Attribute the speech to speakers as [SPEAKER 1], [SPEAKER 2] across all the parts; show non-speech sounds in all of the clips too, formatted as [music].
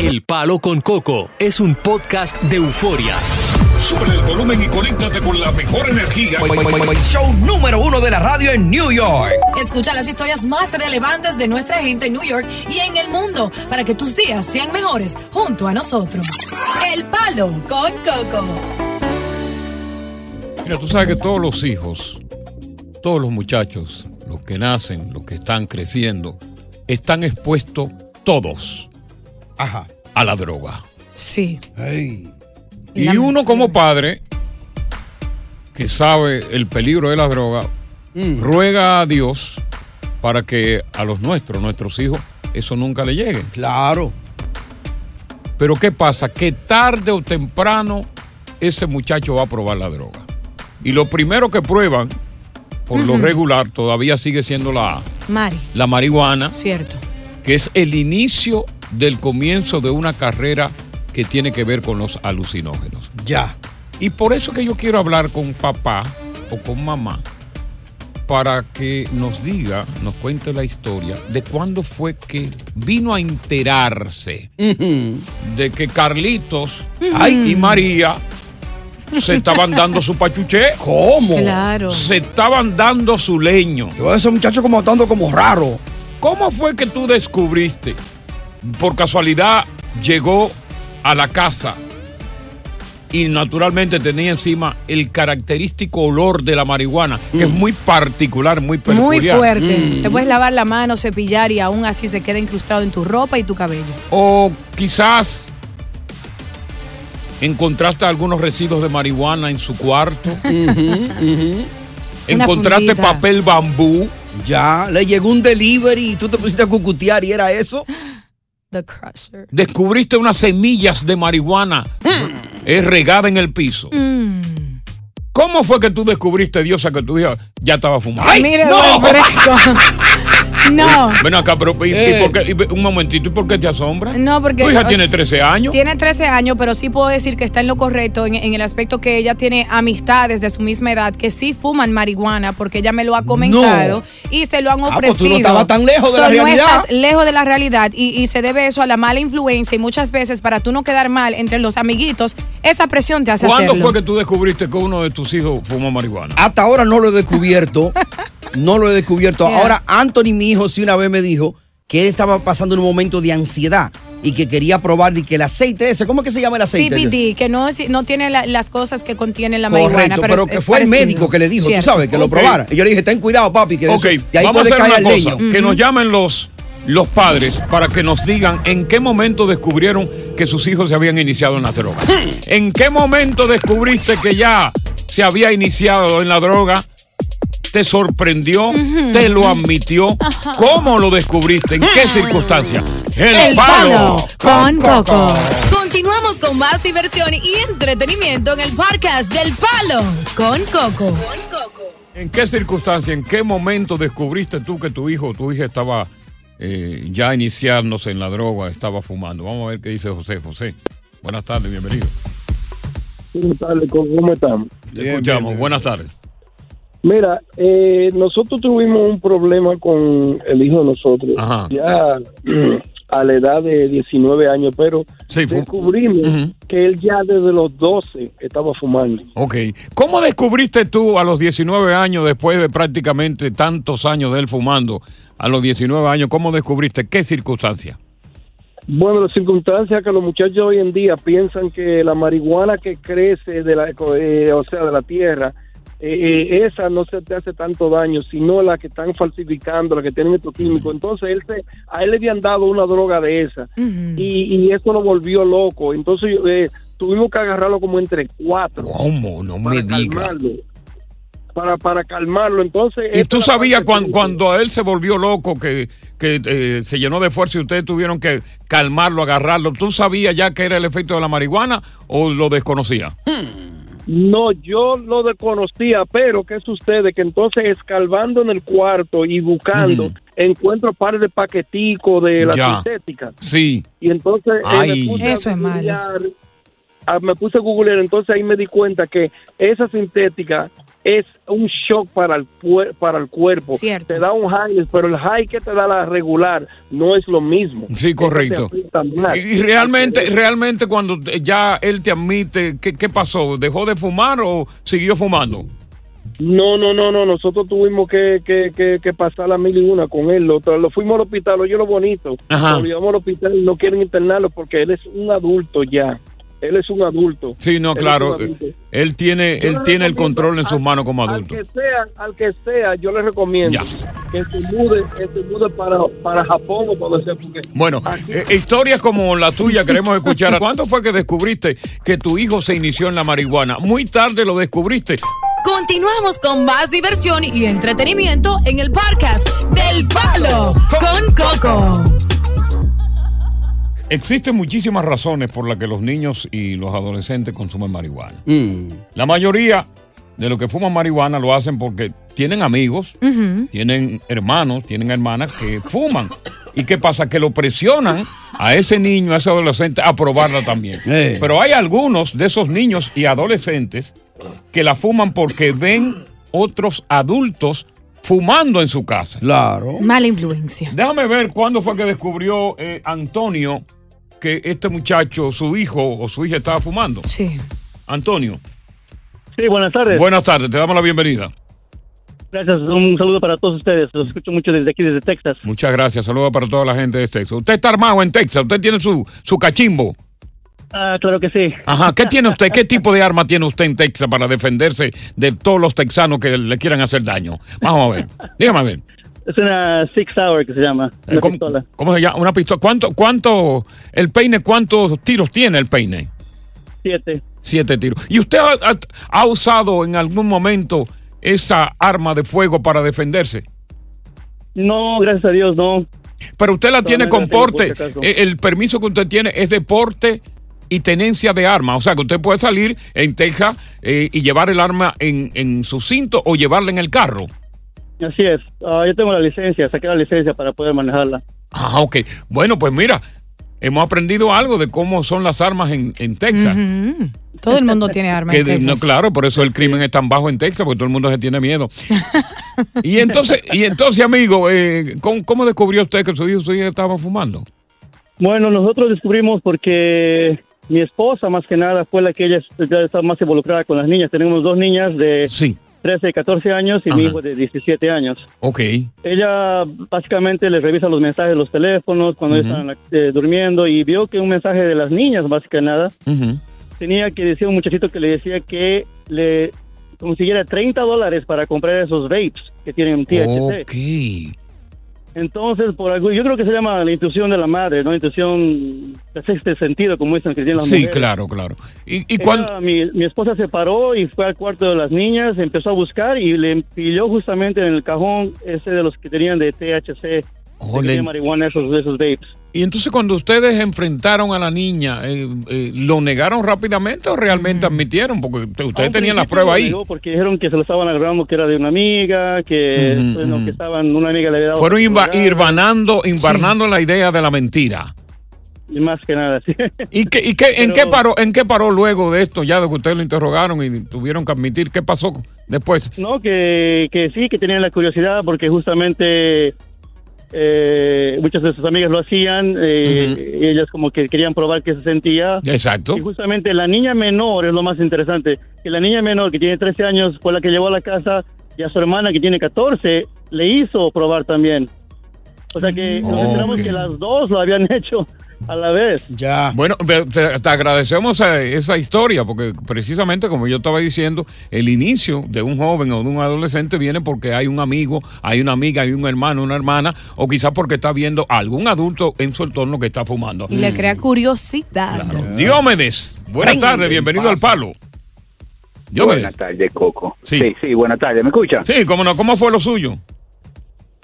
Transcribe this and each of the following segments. [SPEAKER 1] El Palo con Coco es un podcast de euforia.
[SPEAKER 2] Sube el volumen y conéctate con la mejor energía.
[SPEAKER 3] Show número uno de la radio en New York.
[SPEAKER 4] Escucha las historias más relevantes de nuestra gente en New York y en el mundo para que tus días sean mejores junto a nosotros. El Palo con Coco.
[SPEAKER 5] Mira, tú sabes que todos los hijos, todos los muchachos, los que nacen, los que están creciendo, están expuestos todos
[SPEAKER 3] Ajá.
[SPEAKER 5] a la droga.
[SPEAKER 4] Sí.
[SPEAKER 5] Y uno como padre, que sabe el peligro de la droga,
[SPEAKER 3] Mm.
[SPEAKER 5] ruega a Dios para que a los nuestros, nuestros hijos, eso nunca le llegue.
[SPEAKER 3] Claro.
[SPEAKER 5] Pero ¿qué pasa? Que tarde o temprano ese muchacho va a probar la droga. Y lo primero que prueban, por lo
[SPEAKER 4] Ujú.
[SPEAKER 5] regular, todavía sigue siendo la,
[SPEAKER 4] Mari,
[SPEAKER 5] la marihuana,
[SPEAKER 4] cierto.
[SPEAKER 5] que es el inicio del comienzo de una carrera que tiene que ver con los alucinógenos.
[SPEAKER 3] Ya.
[SPEAKER 5] Y por eso que yo quiero hablar con papá o con mamá para que nos diga, nos cuente la historia de cuándo fue que vino a enterarse de que Carlitos
[SPEAKER 3] Ay.
[SPEAKER 5] y María
[SPEAKER 4] [laughs]
[SPEAKER 5] se estaban dando su pachuché.
[SPEAKER 3] ¿Cómo?
[SPEAKER 4] Claro.
[SPEAKER 5] Se estaban dando su leño.
[SPEAKER 3] Yo a ese muchacho como atando como raro.
[SPEAKER 5] ¿Cómo fue que tú descubriste? Por casualidad llegó a la casa y naturalmente tenía encima el característico olor de la marihuana, que es muy particular, muy
[SPEAKER 4] Mm. Muy
[SPEAKER 5] peculiar.
[SPEAKER 4] fuerte.
[SPEAKER 5] Mm.
[SPEAKER 3] Mm.
[SPEAKER 4] Te puedes lavar la mano, cepillar y aún así se queda incrustado en tu ropa y tu cabello.
[SPEAKER 5] O quizás encontraste algunos residuos de marihuana en su
[SPEAKER 4] [laughs]
[SPEAKER 5] cuarto.
[SPEAKER 4] Una
[SPEAKER 5] encontraste
[SPEAKER 4] fundita.
[SPEAKER 5] papel bambú.
[SPEAKER 3] Ya. Le llegó un delivery y tú te pusiste a cucutear y era eso.
[SPEAKER 4] The Crusher.
[SPEAKER 5] Descubriste unas semillas de marihuana eh, regada en el piso.
[SPEAKER 4] Mm.
[SPEAKER 5] ¿Cómo fue que tú descubriste, Diosa, que tu hija ya estaba fumando?
[SPEAKER 4] Mire,
[SPEAKER 5] ¡No! [laughs]
[SPEAKER 4] don Fresco. no.
[SPEAKER 5] Ven acá, pero ¿y- y
[SPEAKER 3] Eh.
[SPEAKER 5] por qué- y- un momentito, ¿y por qué te asombra?
[SPEAKER 4] No, porque-
[SPEAKER 5] Tu hija
[SPEAKER 4] o sea,
[SPEAKER 5] tiene 13 años.
[SPEAKER 4] Tiene 13 años, pero sí puedo decir que está en lo correcto en, en el aspecto que ella tiene amistades de su misma edad que sí fuman marihuana porque ella me lo ha comentado y se lo han
[SPEAKER 3] Ah,
[SPEAKER 4] ofrecido.
[SPEAKER 3] pues tú no estabas tan lejos de la
[SPEAKER 4] So, no
[SPEAKER 3] realidad.
[SPEAKER 4] estás lejos de la realidad y, y se debe eso a la mala influencia y muchas veces para tú no quedar mal entre los amiguitos, esa presión te hace
[SPEAKER 5] ¿Cuándo
[SPEAKER 4] hacerlo.
[SPEAKER 5] fue que tú descubriste que uno de tus hijos fumó marihuana?
[SPEAKER 3] Hasta ahora no lo
[SPEAKER 5] [laughs]
[SPEAKER 3] he descubierto. no lo he descubierto.
[SPEAKER 4] Yeah.
[SPEAKER 3] Ahora, Anthony, mi hijo, sí una vez me dijo que él estaba pasando un momento de ansiedad y que quería probar de que el aceite ese, ¿cómo es que se llama el aceite?
[SPEAKER 4] CBD, que no, es- no tiene la- las cosas que contiene la marihuana.
[SPEAKER 3] Correcto, pero,
[SPEAKER 4] es-
[SPEAKER 3] que
[SPEAKER 4] es
[SPEAKER 3] fue el
[SPEAKER 4] parecido.
[SPEAKER 3] médico que le dijo,
[SPEAKER 4] Cierto.
[SPEAKER 3] tú sabes, que lo
[SPEAKER 5] Ok.
[SPEAKER 3] probara. Y yo le dije, ten cuidado, papi, que de,
[SPEAKER 5] ok,
[SPEAKER 3] eso- de ahí
[SPEAKER 5] vamos a
[SPEAKER 3] puede
[SPEAKER 5] hacer
[SPEAKER 3] caer el
[SPEAKER 5] una cosa.
[SPEAKER 3] leño.
[SPEAKER 5] Que nos llamen los, los padres para que nos digan en qué momento descubrieron que sus hijos se habían iniciado en las drogas. ¿En qué momento descubriste que ya se había iniciado en la droga? ¿Te sorprendió? ¿Te lo admitió? ¿Cómo lo descubriste? ¿En qué circunstancias?
[SPEAKER 4] El Ah, Palo con Coco.
[SPEAKER 3] Coco.
[SPEAKER 4] Continúa Continuamos con más diversión y entretenimiento en el podcast del Palo con Coco.
[SPEAKER 5] ¿En qué circunstancia, en qué momento descubriste tú que tu hijo o tu hija estaba eh, ya iniciándose en la droga, estaba fumando? Vamos a ver qué dice José. José, buenas tardes, bienvenido.
[SPEAKER 6] Buenas tardes, ¿cómo estamos?
[SPEAKER 5] Te escuchamos, buenas tardes.
[SPEAKER 6] Mira, eh, nosotros tuvimos un problema con el hijo de nosotros,
[SPEAKER 5] Ajá.
[SPEAKER 6] ya [clears throat] a la edad de 19 años, pero
[SPEAKER 5] Sí, fue-
[SPEAKER 6] descubrimos que él ya desde los 12 estaba fumando.
[SPEAKER 5] Ok, ¿cómo descubriste tú a los 19 años, después de prácticamente tantos años de él fumando, a los 19 años, cómo descubriste qué circunstancia?
[SPEAKER 6] Bueno, las circunstancias que los muchachos hoy en día piensan que la marihuana que crece de la, eco- eh, o sea, de la tierra, eh, eh, esa no se te hace tanto daño, sino la que están falsificando, la que tienen estos químicos. Entonces, él se- a él le habían dado una droga de esa y, y eso lo volvió loco. Entonces, yo, eh, tuvimos que agarrarlo como entre cuatro.
[SPEAKER 5] ¿Cómo? No me digas.
[SPEAKER 6] Para, para calmarlo. Entonces,
[SPEAKER 5] ¿Y
[SPEAKER 6] esta
[SPEAKER 5] tú
[SPEAKER 6] es la
[SPEAKER 5] sabías cuan-
[SPEAKER 6] parte
[SPEAKER 5] cuando él se volvió loco, que, que eh, se llenó de fuerza y ustedes tuvieron que calmarlo, agarrarlo? ¿Tú sabías ya que era el efecto de la marihuana o lo desconocías?
[SPEAKER 6] No, yo lo desconocía, pero ¿qué sucede? Que entonces escalvando en el cuarto y buscando, encuentro par de paqueticos de la
[SPEAKER 5] Ya.
[SPEAKER 6] sintética.
[SPEAKER 5] Sí.
[SPEAKER 6] Y entonces eh,
[SPEAKER 5] Ay.
[SPEAKER 6] me puse a
[SPEAKER 5] Eso es malo.
[SPEAKER 6] googlear, ah, me puse a googlear, entonces ahí me di cuenta que esa sintética es un shock para el puer- para el cuerpo.
[SPEAKER 4] Cierto.
[SPEAKER 6] Te da un high, pero el high que te da la regular no es lo mismo.
[SPEAKER 5] Sí, correcto.
[SPEAKER 6] Eso te afecta más.
[SPEAKER 5] Y, y realmente, realmente cuando te- ya él te admite, ¿qué, qué pasó? ¿Dejó de fumar o siguió fumando?
[SPEAKER 6] No, no, no, no. Nosotros tuvimos que, que, que, que pasar la mil y una con él. Lo, tra- lo fuimos al hospital, oye lo bonito.
[SPEAKER 5] Ajá.
[SPEAKER 6] Lo llevamos al hospital y no quieren internarlo porque él es un adulto ya. Él es un adulto.
[SPEAKER 5] Sí, no,
[SPEAKER 6] Él es
[SPEAKER 5] claro.
[SPEAKER 6] un adulto.
[SPEAKER 5] Él tiene,
[SPEAKER 6] Yo
[SPEAKER 5] él
[SPEAKER 6] le
[SPEAKER 5] tiene el
[SPEAKER 6] recomiendo
[SPEAKER 5] control en sus manos como
[SPEAKER 6] Al
[SPEAKER 5] adulto.
[SPEAKER 6] que sea, al que sea, yo le recomiendo que se mude, que se mude para, para Japón o para donde sea. Porque
[SPEAKER 5] Bueno, eh, historias como la tuya queremos escuchar. ¿Cuándo fue que descubriste que tu hijo se inició en la marihuana? Muy tarde lo descubriste.
[SPEAKER 4] Continuamos con más diversión y entretenimiento en el podcast del Palo con Coco.
[SPEAKER 5] Existen muchísimas razones por las que los niños y los adolescentes consumen marihuana. La mayoría de los que fuman marihuana lo hacen porque tienen amigos, tienen hermanos, tienen hermanas que fuman. ¿Y qué pasa? Que lo presionan a ese niño, a ese adolescente, a probarla también.
[SPEAKER 7] Eh.
[SPEAKER 5] Pero hay algunos de esos niños y adolescentes que la fuman porque ven otros adultos fumando en su casa.
[SPEAKER 3] Claro.
[SPEAKER 4] Mala influencia.
[SPEAKER 5] Déjame ver cuándo fue que descubrió eh, Antonio que este muchacho, su hijo o su hija estaba fumando.
[SPEAKER 4] Sí.
[SPEAKER 5] Antonio.
[SPEAKER 8] Sí, buenas tardes.
[SPEAKER 5] Buenas tardes, te damos la bienvenida.
[SPEAKER 8] Gracias, un saludo para todos ustedes. Los escucho mucho desde aquí, desde Texas.
[SPEAKER 5] Muchas gracias, saludos para toda la gente de Texas. Usted está armado en Texas, usted tiene su, su cachimbo.
[SPEAKER 8] Ah, claro que sí.
[SPEAKER 5] Ajá, ¿qué tiene usted? ¿Qué tipo de arma tiene usted en Texas para defenderse de todos los texanos que le quieran hacer daño? Ah, Vamos a ver, dígame a ver. Eh,
[SPEAKER 8] Es una Six Hour que se llama. Una
[SPEAKER 5] ¿Cómo,
[SPEAKER 8] pistola.
[SPEAKER 5] cómo se llama? ¿Una pistola? ¿Cuánto, ¿Cuánto, el peine, cuántos tiros tiene el peine?
[SPEAKER 8] Siete.
[SPEAKER 5] Siete tiros. ¿Y usted ha, ha- ha usado en algún momento esa arma de fuego para defenderse?
[SPEAKER 8] No, gracias a Dios, no.
[SPEAKER 5] Pero usted la tiene
[SPEAKER 8] Solamente
[SPEAKER 5] con
[SPEAKER 8] la tengo por si
[SPEAKER 5] porte.
[SPEAKER 8] acaso.
[SPEAKER 5] Eh, El permiso que usted tiene es de porte y tenencia de arma. O sea, que usted puede salir en Texas eh, y llevar el arma en, en su cinto o llevarla en el carro.
[SPEAKER 8] Así es. Ah, yo tengo la licencia, saqué la licencia para poder manejarla.
[SPEAKER 5] Ah, ok. Bueno, pues mira, hemos aprendido algo de cómo son las armas en, en Texas.
[SPEAKER 4] Ujú. Todo el mundo tiene
[SPEAKER 5] [laughs]
[SPEAKER 4] armas.
[SPEAKER 5] Que
[SPEAKER 4] en
[SPEAKER 5] de-
[SPEAKER 4] Texas.
[SPEAKER 5] no, claro, por eso el crimen es tan bajo en Texas, porque todo el mundo se tiene
[SPEAKER 4] [laughs]
[SPEAKER 5] miedo. y entonces, y entonces amigo, eh, ¿cómo, cómo descubrió usted que su hijo, su hija estaba fumando?
[SPEAKER 8] Bueno, nosotros descubrimos porque mi esposa, más que nada, fue la que ella ya está más involucrada con las niñas. Tenemos dos niñas de 13 y 14 años y mi
[SPEAKER 5] Ajá.
[SPEAKER 8] hijo de 17 años.
[SPEAKER 5] Ok.
[SPEAKER 8] Ella básicamente les revisa los mensajes de los teléfonos cuando
[SPEAKER 5] Ujú.
[SPEAKER 8] están eh, durmiendo y vio que un mensaje de las niñas, más que nada,
[SPEAKER 5] Ujú.
[SPEAKER 9] Mm-hmm.
[SPEAKER 8] tenía que decir un muchachito que le decía que le consiguiera 30 dólares para comprar esos vapes que tienen THC.
[SPEAKER 5] Ok.
[SPEAKER 8] Entonces, por algo, yo creo que se llama la intuición de la madre, ¿no? Intuición de sexto sentido, como dicen que tienen las
[SPEAKER 5] Sí,
[SPEAKER 8] mujeres.
[SPEAKER 5] claro, claro. ¿Y, y
[SPEAKER 8] Ella-
[SPEAKER 5] cuándo-
[SPEAKER 8] mi, mi esposa se paró y fue al cuarto de las niñas, empezó a buscar y le pilló justamente en el cajón ese de los que tenían de THC
[SPEAKER 5] Ole.
[SPEAKER 8] tiene marihuana esos, de esos vapes.
[SPEAKER 5] Y entonces cuando ustedes enfrentaron a la niña, eh, eh, ¿lo negaron rápidamente o realmente admitieron? Porque te- ustedes
[SPEAKER 8] Al
[SPEAKER 5] tenían la
[SPEAKER 8] principio
[SPEAKER 5] prueba
[SPEAKER 8] lo
[SPEAKER 5] ahí.
[SPEAKER 8] negó Porque dijeron que se lo estaban agarrando, que era de una amiga, que,
[SPEAKER 5] Ujú,
[SPEAKER 8] bueno,
[SPEAKER 5] ujú.
[SPEAKER 8] que estaban, una amiga le había dado.
[SPEAKER 5] Fueron inva-
[SPEAKER 8] drogas,
[SPEAKER 5] irvanando, invarnando la idea de la
[SPEAKER 8] [laughs]
[SPEAKER 5] mentira.
[SPEAKER 8] y Más que nada, sí.
[SPEAKER 5] ¿Y, qué, y qué- en,
[SPEAKER 8] Pero-
[SPEAKER 5] qué paró, en qué paró luego de esto, ya de que ustedes lo interrogaron y tuvieron que admitir? ¿Qué pasó después?
[SPEAKER 8] No, que, que sí, que tenían la curiosidad porque justamente eh, muchas de sus amigas lo hacían eh, y ellas como que querían probar qué se sentía.
[SPEAKER 5] Exacto.
[SPEAKER 8] Y justamente la niña menor es lo más interesante, que la niña menor que tiene 13 años fue la que llevó a la casa y a su hermana que tiene 14 le hizo probar también. O sea que
[SPEAKER 5] Oh.
[SPEAKER 8] nos enteramos que las dos lo habían [laughs] hecho a la vez.
[SPEAKER 5] Ya. Bueno, te, te- te agradecemos eh, esa historia porque precisamente como yo estaba diciendo, el inicio de un joven o de un adolescente viene porque hay un amigo, hay una amiga, hay un hermano, una hermana, o quizás porque está viendo a algún adulto en su entorno que está fumando.
[SPEAKER 4] Y le crea curiosidad.
[SPEAKER 5] Diómedes, buenas tardes, bienvenido al palo. Diómedes.
[SPEAKER 7] Buenas tardes, Coco.
[SPEAKER 5] Sí.
[SPEAKER 7] sí, buenas tardes. ¿Me escucha?
[SPEAKER 5] Sí, cómo no, ¿cómo fue lo suyo?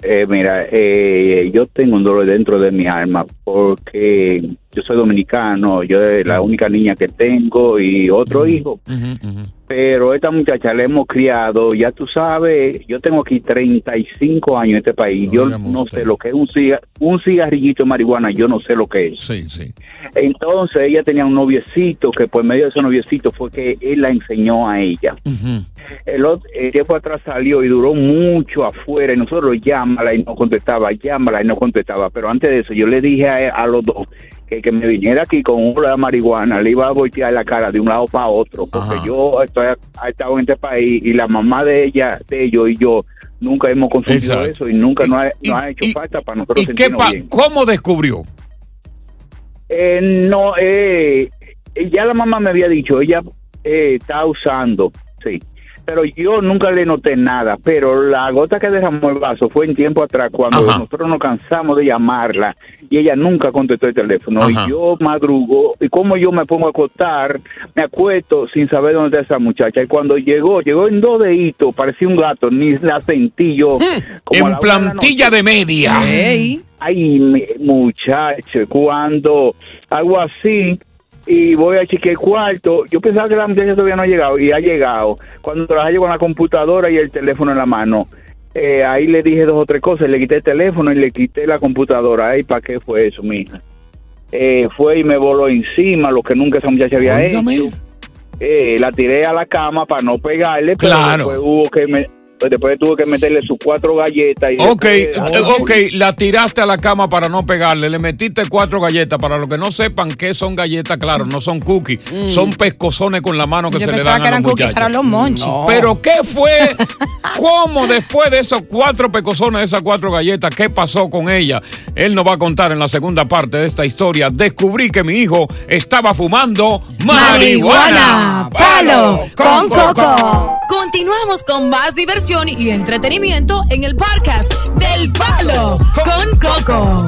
[SPEAKER 7] Eh, mira, eh, yo tengo un dolor dentro de mi alma porque yo soy dominicano, yo es la única niña que tengo y otro hijo. Pero esta muchacha la hemos criado, ya tú sabes, yo tengo aquí 35 años en este país, yo no sé lo que es un, ciga- un cigarrillito de marihuana, yo no sé lo que es.
[SPEAKER 5] Sí, sí.
[SPEAKER 7] Entonces ella tenía un noviecito que por medio de ese noviecito fue que él la enseñó a ella. El, ot- el tiempo atrás salió y duró mucho afuera y nosotros llámala y no contestaba, llámala y no contestaba. Pero antes de eso yo le dije a, a los dos que, que me viniera aquí con un problema de marihuana, le iba a voltear la cara de un lado para otro, porque yo estoy, he estado en este país y la mamá de ella, de ellos y yo nunca hemos consumido
[SPEAKER 5] Exacto.
[SPEAKER 7] eso y nunca nos, ha, nos ha hecho falta para nosotros
[SPEAKER 5] ¿Y qué
[SPEAKER 7] sentirnos
[SPEAKER 5] pa-
[SPEAKER 7] bien.
[SPEAKER 5] cómo descubrió?
[SPEAKER 7] Eh, no, eh, ya la mamá me había dicho, ella eh, está usando, sí. Pero yo nunca le noté nada, pero la gota que derramó el vaso fue en tiempo atrás, cuando nosotros nos cansamos de llamarla y ella nunca contestó el teléfono.
[SPEAKER 10] Ajá.
[SPEAKER 7] Y yo madrugo, y como yo me pongo a acostar, me acuesto sin saber dónde está esa muchacha. Y cuando llegó, llegó en dos deditos, parecía un gato, ni la sentí yo. Como a la
[SPEAKER 5] Mm, En
[SPEAKER 7] hora de la
[SPEAKER 5] plantilla de media.
[SPEAKER 7] Ay, mi- muchacho, cuando hago así y voy a chequear el cuarto, yo pensaba que la muchacha todavía no ha llegado y ha llegado. Cuando la hallo con la computadora y el teléfono en la mano, eh, ahí le dije dos o tres cosas, le quité el teléfono y le quité la computadora. Ay, ¿para qué fue eso, mija? Eh, fue y me voló encima lo que nunca esa muchacha había
[SPEAKER 5] Óigame.
[SPEAKER 7] hecho. Eh, la tiré a la cama para no pegarle, pero
[SPEAKER 5] Claro.
[SPEAKER 7] después hubo que me- después tuve que meterle sus cuatro galletas y este,
[SPEAKER 5] Ok, eh,
[SPEAKER 7] después-
[SPEAKER 5] ok, la tiraste a la cama para no pegarle, le metiste cuatro galletas, para los que no sepan qué son galletas, claro, no son cookies, son pescozones con la mano que
[SPEAKER 4] Mm. Yo
[SPEAKER 5] se le
[SPEAKER 4] pensaba
[SPEAKER 5] dan
[SPEAKER 4] que
[SPEAKER 5] a los
[SPEAKER 4] eran cookies
[SPEAKER 5] muchachos.
[SPEAKER 4] para los monchis.
[SPEAKER 5] No. Pero ¿qué
[SPEAKER 4] [laughs]
[SPEAKER 5] fue? ¿Cómo después de esos cuatro pescozones, de esas cuatro galletas, qué pasó con ella? Él nos va a contar en la segunda parte de esta historia. Descubrí que mi hijo estaba fumando marihuana.
[SPEAKER 4] Palo con Coco. Continuamos con más diversión y entretenimiento en el podcast del Palo con Coco.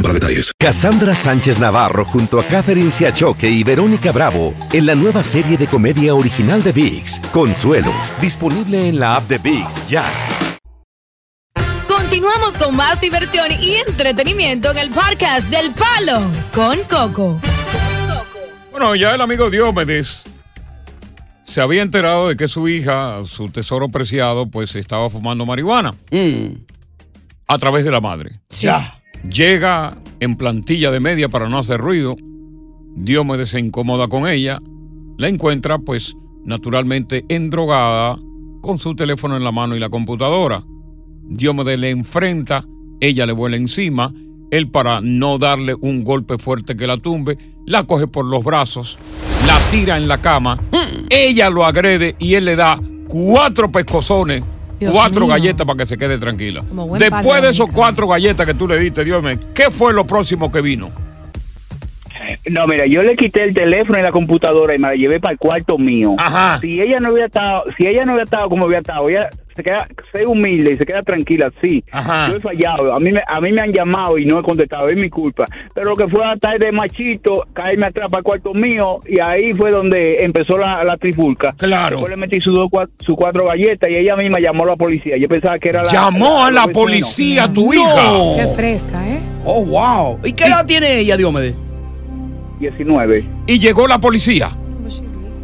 [SPEAKER 11] para detalles.
[SPEAKER 12] Cassandra Sánchez Navarro junto a Catherine Siachoque y Verónica Bravo en la nueva serie de comedia original de VIX, Consuelo, disponible en la app de VIX ya.
[SPEAKER 4] Continuamos con más diversión y entretenimiento en el podcast del Palo con Coco.
[SPEAKER 5] Bueno, ya el amigo Diómedes se había enterado de que su hija, su tesoro preciado, pues estaba fumando marihuana. A través de la madre.
[SPEAKER 3] Ya.
[SPEAKER 5] Llega en plantilla de media para no hacer ruido. Diómedes se incomoda con ella. La encuentra, pues, naturalmente endrogada, con su teléfono en la mano y la computadora. Diómedes le enfrenta, ella le vuela encima. Él, para no darle un golpe fuerte que la tumbe, la coge por los brazos, la
[SPEAKER 4] Mm.
[SPEAKER 5] tira en la cama, ella lo agrede y él le da cuatro pescozones
[SPEAKER 4] Dios
[SPEAKER 5] cuatro
[SPEAKER 4] mío.
[SPEAKER 5] galletas para que se quede tranquila.
[SPEAKER 4] Como buen
[SPEAKER 5] Después
[SPEAKER 4] padre,
[SPEAKER 5] de esos cuatro galletas que tú le diste, Dios mío, ¿qué fue lo próximo que vino?
[SPEAKER 7] No, mira, yo le quité el teléfono y la computadora y me la llevé para el cuarto mío.
[SPEAKER 5] Ajá.
[SPEAKER 7] Si ella no había estado, si ella no había estado como había estado, ella se queda, sé humilde y se queda tranquila, sí.
[SPEAKER 5] Ajá.
[SPEAKER 7] Yo he fallado, a mí, me, a mí me han llamado y no he contestado, es mi culpa. Pero lo que fue a tarde de machito, caerme atrás para el cuarto mío y ahí fue donde empezó la, la trifulca.
[SPEAKER 5] Claro.
[SPEAKER 7] Yo le metí sus dos cua- sus cuatro galletas y ella misma llamó a la policía. Yo pensaba que era la...
[SPEAKER 5] Llamó a la
[SPEAKER 7] los vecinos.
[SPEAKER 5] policía tu
[SPEAKER 7] No.
[SPEAKER 5] hija.
[SPEAKER 4] Qué fresca, ¿eh?
[SPEAKER 3] Oh, wow. ¿Y qué edad tiene ella, Diomedes?
[SPEAKER 7] 19.
[SPEAKER 5] Y llegó la policía.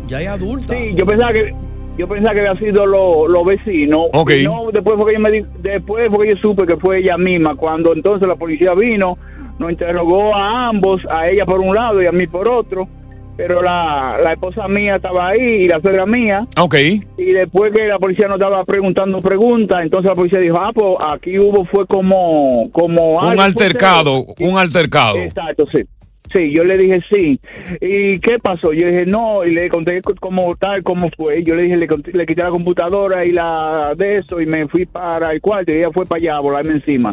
[SPEAKER 3] Ya es adulta.
[SPEAKER 7] Sí, yo pensaba que yo pensaba que había sido los lo vecinos.
[SPEAKER 5] Ok.
[SPEAKER 7] Y No, después fue que yo me di- después fue que yo supe que fue ella misma. Cuando entonces la policía vino, nos interrogó a ambos, a ella por un lado y a mí por otro. Pero la, la esposa mía estaba ahí y la suegra mía.
[SPEAKER 5] Ok.
[SPEAKER 7] Y después que la policía nos estaba preguntando preguntas, entonces la policía dijo, ah, pues aquí hubo fue como... como
[SPEAKER 5] Un
[SPEAKER 7] algo,
[SPEAKER 5] altercado,
[SPEAKER 7] fue-
[SPEAKER 5] un altercado.
[SPEAKER 7] Exacto, sí. Sí, yo le dije sí. ¿Y qué pasó? Yo dije no, y le conté c- cómo tal, cómo fue. Yo le dije, le, conté- le quité la computadora y la de eso, y me fui para el cuarto, y ella fue para allá a volarme encima.